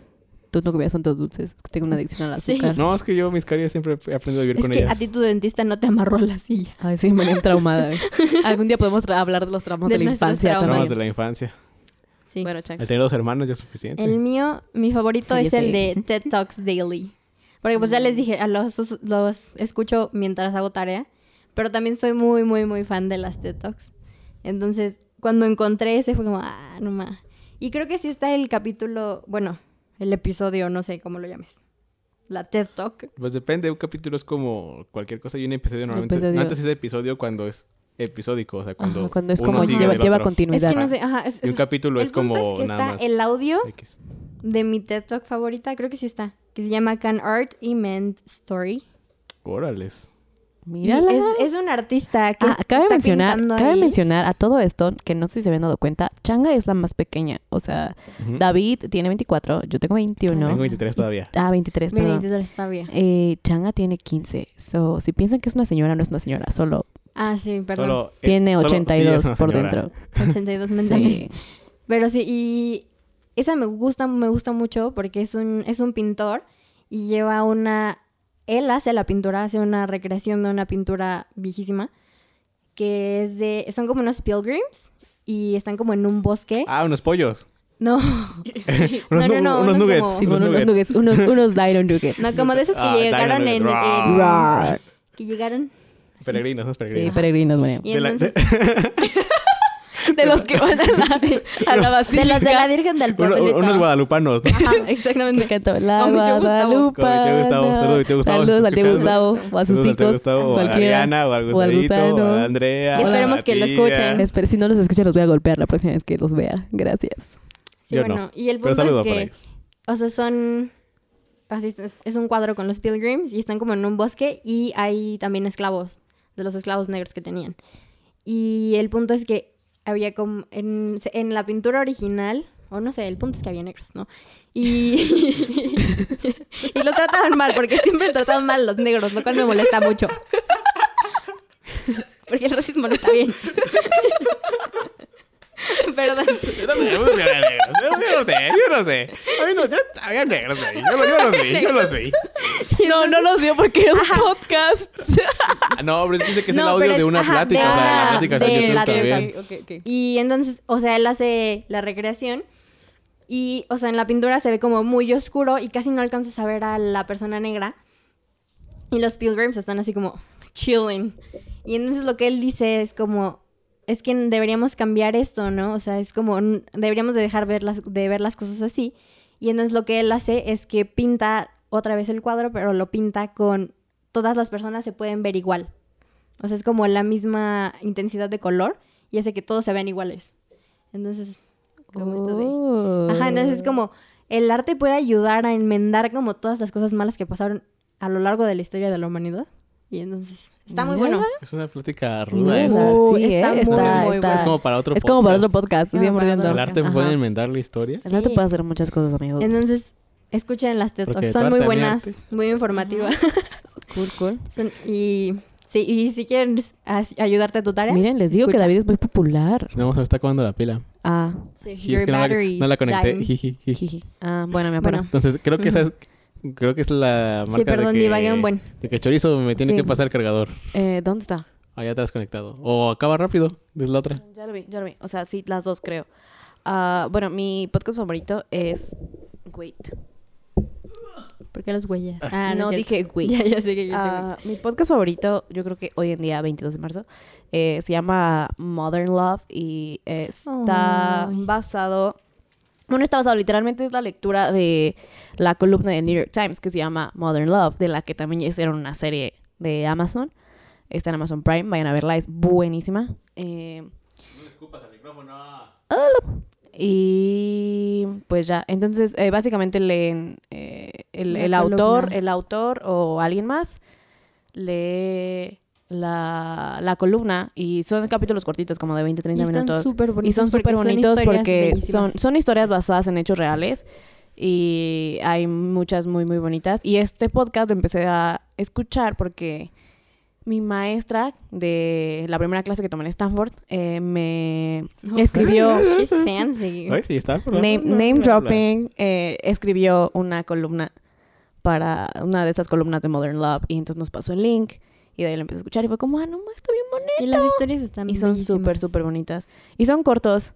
S2: Tú no comías tantos dulces, es que tengo una adicción al
S1: Sí.
S2: azúcar.
S3: No, es que yo mis caries siempre he aprendido a vivir
S1: Es
S3: con
S1: que
S3: ellas.
S1: a ti tu dentista no te amarró a la silla.
S2: Ay, sí, me ven traumada.
S1: [laughs]
S2: güey. Algún día podemos tra- hablar de los traumas de,
S1: De
S2: la
S1: nuestros
S2: infancia
S1: traumas.
S3: Traumas
S2: también.
S3: de la infancia.
S1: Sí.
S2: Bueno,
S3: El
S2: Chax.
S3: tener dos hermanos ya es suficiente.
S1: El mío, mi favorito es el
S2: Cállese.
S1: de [laughs] TED Talks Daily. Porque pues ya les dije, a los, los escucho mientras hago tarea, pero también soy muy, muy, muy fan de las TED Talks. Entonces, cuando encontré ese fue como, ah, no más. Y creo que sí está el capítulo, bueno, el episodio, no sé cómo lo llames. La TED Talk.
S3: Pues depende, un capítulo es como cualquier cosa y un episodio normalmente.
S2: episodio.
S3: Antes es episodio cuando es episódico, o sea, cuando,
S2: Ajá, cuando es
S3: uno
S2: como
S3: sigue
S2: lleva,
S3: del
S2: lleva
S3: otro.
S2: continuidad.
S1: Es que no sé, ajá. es-
S3: Y un
S1: es-
S3: capítulo
S1: el
S3: es
S1: punto
S3: como
S1: es que
S3: nada
S1: está
S3: más.
S1: el audio
S3: X.
S1: de mi TED Talk favorita, creo que sí está, que se llama Can Art Mend Story.
S3: Órales.
S1: Y
S2: Mírala.
S1: Es, es un artista que
S2: Ah, cabe
S1: está
S2: mencionar,
S1: pintando
S2: cabe
S1: ahí.
S2: mencionar a todo esto que no sé si se habían dado cuenta, Changa es la más pequeña, o sea,
S3: Ujú.
S2: David tiene 24, yo tengo 21.
S3: ¿Mm? Tengo 23 todavía.
S2: Ah, 23,
S1: Mira,
S2: perdón.
S1: editor, está bien.
S2: Eh, Changa tiene 15. So, si piensan que es una señora, no es una señora, solo
S1: Ah, sí, perdón. [laughs]
S3: Solo, eh,
S2: tiene
S3: solo- sí,
S2: 82
S3: es una
S2: por
S3: señora.
S2: dentro.
S1: 82 mentales.
S2: Sí.
S1: Pero sí, y esa me gusta, me gusta mucho porque es un, es un pintor y lleva una... Él hace la pintura, hace una recreación de una pintura viejísima que es de... Son como unos pilgrims y están como en un bosque.
S3: Ah, unos pollos.
S1: No.
S3: [laughs] Unos nu- unos nuggets.
S1: como-
S2: Sí,
S3: Unos
S2: bueno, unos
S3: nuggets.
S2: nuggets, unos, unos Dino Nuggets.
S1: no, como de esos que
S3: Ah,
S1: llegaron en...
S3: Dynamite.
S1: en-
S2: Rar.
S1: que llegaron...
S3: Peregrinos, esos
S2: Sí,
S3: peregrinos.
S2: peregrinos, bueno.
S1: Y
S3: De la- [laughs]
S1: entonces-
S2: De los que van a la, a la
S1: De los de la
S2: basílica.
S1: Virgen del
S3: Ah, Uno-
S1: Pueblo.
S3: uno- unos guadalupanos, ¿no?
S1: Ajá, [laughs] exactamente.
S2: Que to- La
S1: Con mi tío Gustavo.
S2: Guadalupa.
S3: Con mi tío Gustavo. Saludos, mi tío Gustavo, si
S2: Saludos
S3: estás
S2: al tío
S3: escuchando.
S2: Gustavo. O a sus
S3: Saludos al tío
S2: hijos.
S3: Gustavo,
S2: a
S3: o a
S2: cualquiera.
S3: Ariana, o al
S2: o al
S3: Gustavito,
S2: gusano.
S3: a
S1: Y
S3: Andrea.
S1: esperemos
S3: a
S1: que lo
S3: Tía.
S1: escuchen.
S2: Espero- si no los escucha, los voy a golpear la próxima vez que los vea. Gracias.
S1: [laughs] Sí,
S3: Yo
S1: bueno,
S3: no,
S1: y el
S3: Pero
S1: punto
S3: saludos
S1: es
S3: para
S1: que,
S3: ellos.
S1: o sea, son, así es, es un cuadro con los pilgrims y están como en un bosque y hay también esclavos, de los esclavos negros que tenían. Y el punto es que había como, en, en la pintura original, o no sé, el punto es que había negros, ¿no? Y, [laughs] y lo trataban mal, porque siempre trataban mal los negros, lo cual me molesta mucho. [laughs] Porque el racismo no está bien. [laughs] Perdón.
S3: Yo no sé, yo no sé, yo no sé, yo no sé. A mí no, yo había negros ahí. Yo, lo- yo los vi, yo los vi.
S2: No, no los vio porque era un podcast.
S3: Ah, No, pero dice que es
S1: No,
S3: el audio
S1: pero es-
S3: de una
S1: ajá,
S3: plática.
S1: de
S3: o sea,
S2: Ah,
S1: una-
S3: la plática está
S1: de
S3: en YouTube
S1: la-
S3: también.
S1: de- Y entonces, o sea, él hace la recreación y, o sea, en la pintura se ve como muy oscuro y casi no alcanzas a ver a la persona negra. Y los pilgrims están así como chilling. Y entonces lo que él dice es como, es que deberíamos cambiar esto, ¿no? O sea, es como, n- deberíamos de dejar ver las, de ver las cosas así. Y entonces lo que él hace es que pinta otra vez el cuadro, pero lo pinta con todas las personas se pueden ver igual. O sea, es como la misma intensidad de color y hace que todos se vean iguales. Entonces,
S2: Oh.
S1: como esto de- Ajá, entonces es como el arte puede ayudar a enmendar como todas las cosas malas que pasaron a lo largo de la historia de la humanidad. Y entonces, está muy bueno.
S3: Es una plática
S2: No,
S3: ruda esa.
S1: Muy
S2: sí, ¿eh?
S1: está muy,
S2: Está-
S1: muy
S2: está-
S3: Es como para otro
S2: Es como para otro
S3: podcast.
S2: podcast,
S1: No,
S2: 100%.
S1: para otro
S3: El arte
S2: Ajá.
S3: puede inventar la historia.
S2: El arte
S1: Sí.
S2: puede hacer muchas cosas, amigos.
S1: Entonces, escuchen las TED
S3: Porque
S1: Talks,
S3: tu
S1: son
S3: arte,
S1: muy
S3: mi
S1: buenas,
S3: arte.
S1: muy informativas.
S2: cool, cool.
S1: Son- y, sí, y si quieren as- ayudarte a tu tarea,
S2: Miren, les digo
S1: Escucha.
S2: que David es muy popular.
S3: No, se me está acabando la pila.
S2: Ah,
S1: sí,
S3: Y es que no la, no la conecté.
S1: dying.
S3: Jiji, jiji.
S2: jiji. Ah, bueno, me
S1: Bueno.
S2: acuerdo.
S3: Entonces, creo que esa es, creo que es la marca
S1: Sí, perdón,
S3: de que,
S1: divagué un buen.
S3: de que Chorizo me tiene
S2: Sí.
S3: que pasar el cargador.
S2: Eh, ¿Dónde está?
S3: Allá te has conectado. O acaba rápido, es la otra.
S2: Ya lo vi, ya lo vi. O sea, sí, las dos creo. Ah, bueno, mi podcast favorito es Wait.
S1: ¿Por qué los huellas? Ah,
S2: no
S1: es cierto.
S2: dije
S1: [laughs]
S2: wait.
S1: Ya, ya sé que yo te
S2: Ah, mi podcast favorito, yo creo que hoy en día, 22 de marzo, eh, se llama Modern Love y eh, está
S1: Ay.
S2: basado... Bueno, está basado literalmente es la lectura de la columna del New York Times que se llama Modern Love, de la que también ya hicieron una serie de Amazon. Está en Amazon Prime, vayan a verla, es buenísima. Eh, Y pues ya, entonces eh, básicamente leen eh, el,
S1: La
S2: el autor,
S1: columna.
S2: el autor o alguien más lee la, la columna y son capítulos cortitos, como de 20, 30 minutos. Y
S1: pues,
S2: son súper bonitos porque son, [laughs] son historias basadas en hechos reales y hay muchas muy, muy bonitas. Y este podcast lo empecé a escuchar porque mi maestra de la primera clase que tomé en Stanford eh, me escribió...
S1: She's fancy.
S3: Ay, sí, está. por la-
S2: Name,
S3: por la-
S2: name
S3: por la-
S2: Dropping eh, escribió una columna para una de estas columnas de Modern Love y entonces nos pasó el link y de ahí lo empecé a escuchar y fue como, ah, no, ma, está bien bonito.
S1: Y las historias están
S2: Y son
S1: bellísimas.
S2: súper, súper bonitas. Y son cortos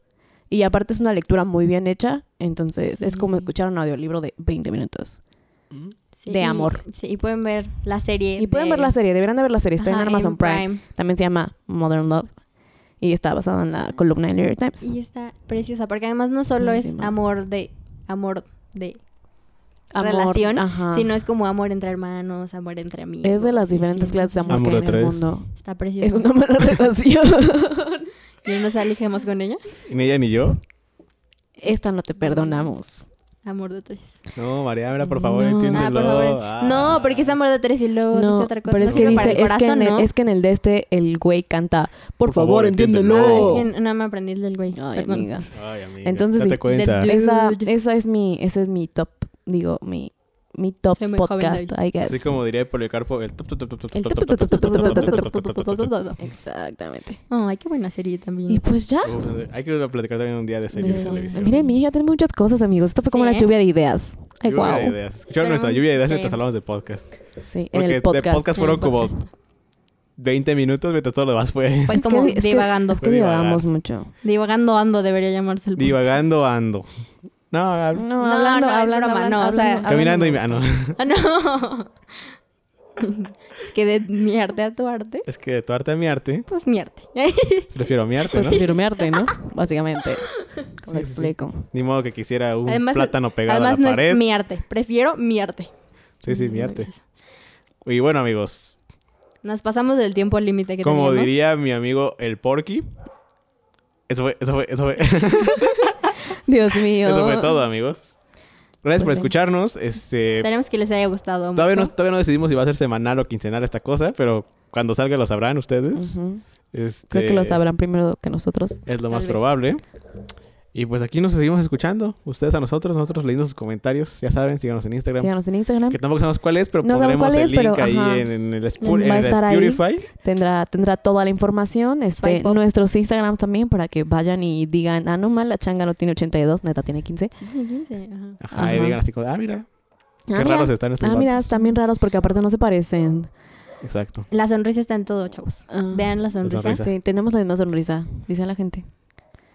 S2: y aparte es una lectura muy bien hecha, entonces es como
S1: Sí.
S2: escuchar un audiolibro de 20 minutos.
S3: Mm.
S1: Sí,
S2: de
S1: y-
S2: amor.
S1: Sí, y pueden ver la serie.
S2: Y pueden ver la serie, deberían de ver la serie, está en Amazon Prime. También se llama Modern Love y está basada en la columna del New York Times.
S1: Y está preciosa, porque además no solo es
S2: Buenísima.
S1: amor de... Amor de...
S2: Amor,
S1: relación,
S2: ajá.
S1: sino es como amor entre hermanos, amor entre amigos.
S2: Es de las
S1: sí,
S2: diferentes
S1: sí,
S2: clases de
S1: sí, sí.
S2: amor,
S3: Amor
S2: que
S3: de
S2: hay en el
S3: tres.
S2: mundo.
S1: Está preciosa.
S2: Es una mala [laughs] relación.
S1: Y nos alejemos con ella.
S3: Ni ella ni yo.
S2: Esta no te perdonamos.
S1: Amor de tres.
S3: No, María, mira, por favor,
S2: No.
S1: Ah,
S3: entiéndelo.
S1: por favor.
S3: Ah.
S1: No, porque es amor de tres y luego dice
S2: No,
S1: otra cosa.
S2: pero es
S1: No
S2: que
S1: sirve para
S2: dice,
S1: el
S2: es que, en el,
S1: corazón, ¿no?
S2: es que en el de este el güey canta, por,
S3: Por
S2: favor,
S3: favor,
S2: entiéndelo.
S3: entiéndelo.
S1: Ah, Es que no me aprendí el del güey.
S2: Ay,
S1: perdón.
S2: amiga.
S3: Ay, amiga,
S2: Entonces,
S3: date
S2: sí,
S3: cuenta.
S1: del-
S2: Esa,
S1: Dude.
S2: esa es mi, ese es mi top, digo, mi, mi top
S1: Soy muy joven,
S2: podcast, I guess.
S3: Así como diría Policarpo, el top, top, top, top, top,
S2: El
S3: top, top, top, top, top, top, top, top, top, top, top, top, top.
S2: Exactamente.
S1: Ay, qué buena serie también.
S2: Y pues
S1: Ah.
S2: ya.
S3: Uf, Hay que platicar también un día de series de
S1: Sí.
S3: televisión.
S2: Miren, mi hija tiene muchas cosas, amigos. Esto fue como
S1: Sí,
S2: la
S1: ¿eh?
S2: lluvia de ideas. Ay,
S3: Lluvia de
S2: wow.
S3: ideas. Escucharon nuestra lluvia de ideas
S1: Sí.
S3: mientras hablamos de podcast.
S2: Sí, en
S3: Porque
S2: el
S3: de
S2: podcast.
S3: podcast
S1: En el
S3: fueron como
S1: podcast.
S3: 20 minutos mientras todo lo demás fue
S1: Fue
S2: Es que-
S1: como
S2: es que-
S1: divagando.
S2: Es que divagamos mucho.
S1: Divagando ando debería llamarse el podcast.
S3: [laughs] divagando ando. No, hab-
S1: No,
S2: No, hablando,
S1: no, es
S2: hablando,
S1: broma,
S2: hablando,
S1: no, o sea,
S2: hablando.
S3: caminando y... Ah, no.
S1: Ah, no. [laughs] es que de mi arte a tu arte,
S3: [laughs] Es que de tu arte a mi arte,
S1: pues mi arte.
S3: se refiero a mi
S1: [laughs]
S3: arte,
S2: Pues
S3: ¿no?
S2: firmearte, ¿no? Básicamente. Como lo
S3: sí, sí.
S2: explico.
S3: Ni modo que quisiera un
S1: Además-
S3: plátano pegado a
S1: Además,
S3: la
S1: no es
S3: pared.
S1: mi arte. Prefiero mi arte.
S3: Sí, sí, mi arte. Y bueno, amigos,
S1: Nos pasamos del tiempo límite que
S3: como
S1: teníamos.
S3: diría mi amigo el Porky, eso fue, eso fue, eso fue, [laughs]
S2: Dios mío.
S3: eso fue todo, amigos. Gracias
S2: Pues
S3: por
S2: sí.
S3: escucharnos. Este,
S1: Esperemos que les haya gustado
S3: todavía no,
S1: mucho.
S3: todavía no decidimos si va a ser semanal o quincenal esta cosa, pero cuando salga lo sabrán ustedes.
S2: Ujú.
S3: Este,
S2: Creo que lo sabrán primero que nosotros.
S3: Es lo
S1: Tal
S3: más
S1: vez.
S3: probable. Y pues aquí nos seguimos escuchando. Ustedes a nosotros, nosotros leyendo sus comentarios. Ya saben, síganos en Instagram.
S2: Síganos en Instagram.
S3: Que tampoco sabemos cuál es, pero
S2: No sabemos
S3: pondremos
S2: cuál es,
S3: el link
S2: pero,
S3: ahí
S2: ajá.
S3: en, en el,
S2: Les va
S3: Spur, en
S2: a
S3: el
S2: estar ahí.
S3: Spotify.
S2: Tendrá, tendrá toda la información. Este,
S1: Swipe up.
S2: nuestros Instagram también para que vayan y digan, ah, no mal, la changa no tiene 82, neta tiene 15.
S1: Sí, tiene 15, ajá.
S3: Ajá, y
S2: Ajá.
S3: digan así como, ah, mira, qué
S2: ah,
S3: raros
S2: mira,
S3: están estos
S2: ah, mira,
S3: vatos.
S2: están bien raros porque aparte no se parecen.
S3: Exacto.
S1: La sonrisa está en todo, chavos.
S2: Ah.
S1: Vean la sonrisa.
S3: sonrisa.
S2: Sí, tenemos la misma sonrisa, dice la gente.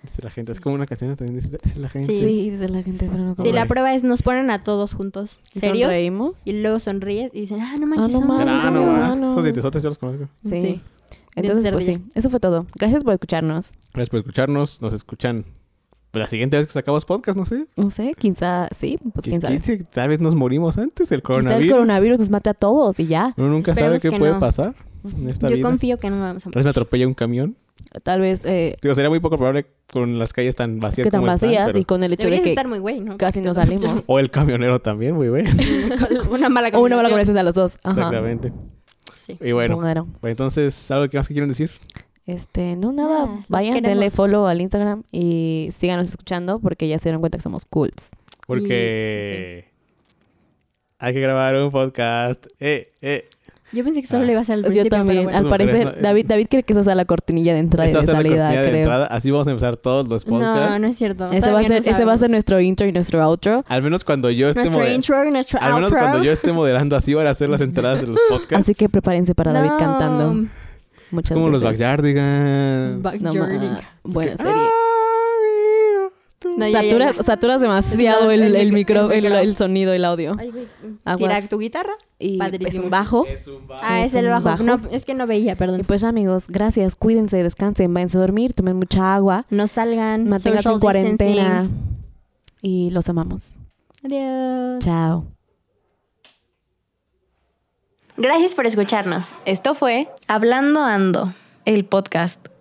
S3: Dice la gente. Es como una canción también dice, dice la gente.
S1: Sí.
S2: Sí, dice la gente, pero no como.
S1: Sí, la
S3: Hombre.
S1: prueba es nos ponen a todos juntos,
S2: ¿Y
S1: serios,
S2: sonreímos?
S1: y luego sonríes y dicen, ah, no manches,
S2: no
S1: son
S2: manches,
S1: humanos".
S3: Ah,
S2: son
S3: no,
S2: humanos.
S3: ah, Esos dietesotes yo los conozco.
S2: Sí.
S1: Sí. Dientes
S2: Entonces,
S1: de
S2: pues sí,
S1: ardilla.
S2: eso fue todo. Gracias por escucharnos.
S3: Gracias por escucharnos. Nos escuchan pues, la siguiente vez que sacamos podcast, no sé.
S2: No sé, quizá, sí, pues quién sabe.
S3: Quince, Tal vez nos morimos antes del
S2: Quizá
S3: coronavirus.
S2: el coronavirus nos mate a todos y ya.
S3: Uno nunca
S1: Esperemos
S3: sabe qué
S1: que
S3: puede
S1: no.
S3: pasar en esta
S1: Yo
S3: vida.
S1: confío que no me vamos a
S3: Tal vez
S1: morir.
S3: me atropella un camión.
S2: Tal vez eh,
S3: Digo, sería muy poco probable con las calles tan vacías
S2: que tan
S3: como están,
S2: vacías
S3: pero-
S2: y con el hecho de
S1: Deberías
S2: que
S1: estar muy güey, ¿no?
S2: casi no
S1: Porque-
S2: salimos.
S3: O el camionero también, muy bien.
S1: [laughs] Con una mala
S2: O [laughs] una
S1: combinación.
S2: mala combinación de los dos. Ajá.
S3: Exactamente.
S1: Sí.
S3: Y bueno,
S2: Bueno,
S3: pues entonces, ¿algo que más que quieren decir?
S2: este, no nada,
S1: Nada, los
S2: vayan,
S1: queremos.
S2: denle follow al Instagram y síganos escuchando porque ya se dieron cuenta que somos cools.
S3: Porque hay que grabar un podcast. Eh, eh.
S1: Yo pensé que solo
S3: Ah.
S1: le iba a ser al
S2: Yo
S1: principio,
S2: también,
S1: pero bueno.
S2: al
S3: No,
S2: parecer,
S3: pero es-
S2: David, David cree que esa sea la cortinilla de entrada y
S3: Esta
S2: de
S3: va a ser la
S2: salida,
S3: cortina de
S2: creo.
S3: entrada. Así vamos a empezar todos los podcasts.
S1: No, no es cierto.
S2: Ese va, a
S1: Todavía
S2: ser,
S1: no
S2: ese va a
S1: sabemos.
S2: ser nuestro intro y nuestro outro.
S3: Al menos cuando yo esté
S1: nuestro
S3: moder-
S1: intro, nuestro
S3: Este Al menos
S1: outro.
S3: cuando yo esté moderando así van a hacer las entradas
S1: [laughs]
S3: de los podcasts.
S2: Así que prepárense para David
S1: No.
S2: cantando
S3: Es
S2: muchas
S3: como los
S2: veces.
S3: Backyardigans.
S1: Back
S2: No,
S1: Jordan.
S2: ma, buena
S3: Que-
S2: serie.
S3: Amigos, tú-
S1: No, ya, ya,
S2: Saturas,
S1: ya.
S2: saturas demasiado
S1: No,
S2: el,
S1: el
S2: el
S1: micro-
S2: micro,
S1: el
S2: el,
S1: micro.
S2: el sonido, el audio.
S1: Ay, güey.
S2: Aguas.
S1: Tira tu guitarra.
S2: Y
S1: padrísimo.
S2: es un bajo.
S3: Es un ba-
S1: Ah,
S2: Es
S1: es el
S2: un
S1: bajo.
S2: bajo.
S1: No, es que no veía,
S2: Y
S1: perdón.
S2: pues amigos, gracias, cuídense, descansen, váyanse a dormir, tomen mucha agua,
S1: No salgan.
S2: manténganse
S1: social
S2: en cuarentena
S1: distancing.
S2: y los amamos.
S1: Adiós.
S2: Chao.
S1: Gracias por escucharnos.
S2: Esto fue
S1: Hablando Ando.
S2: el podcast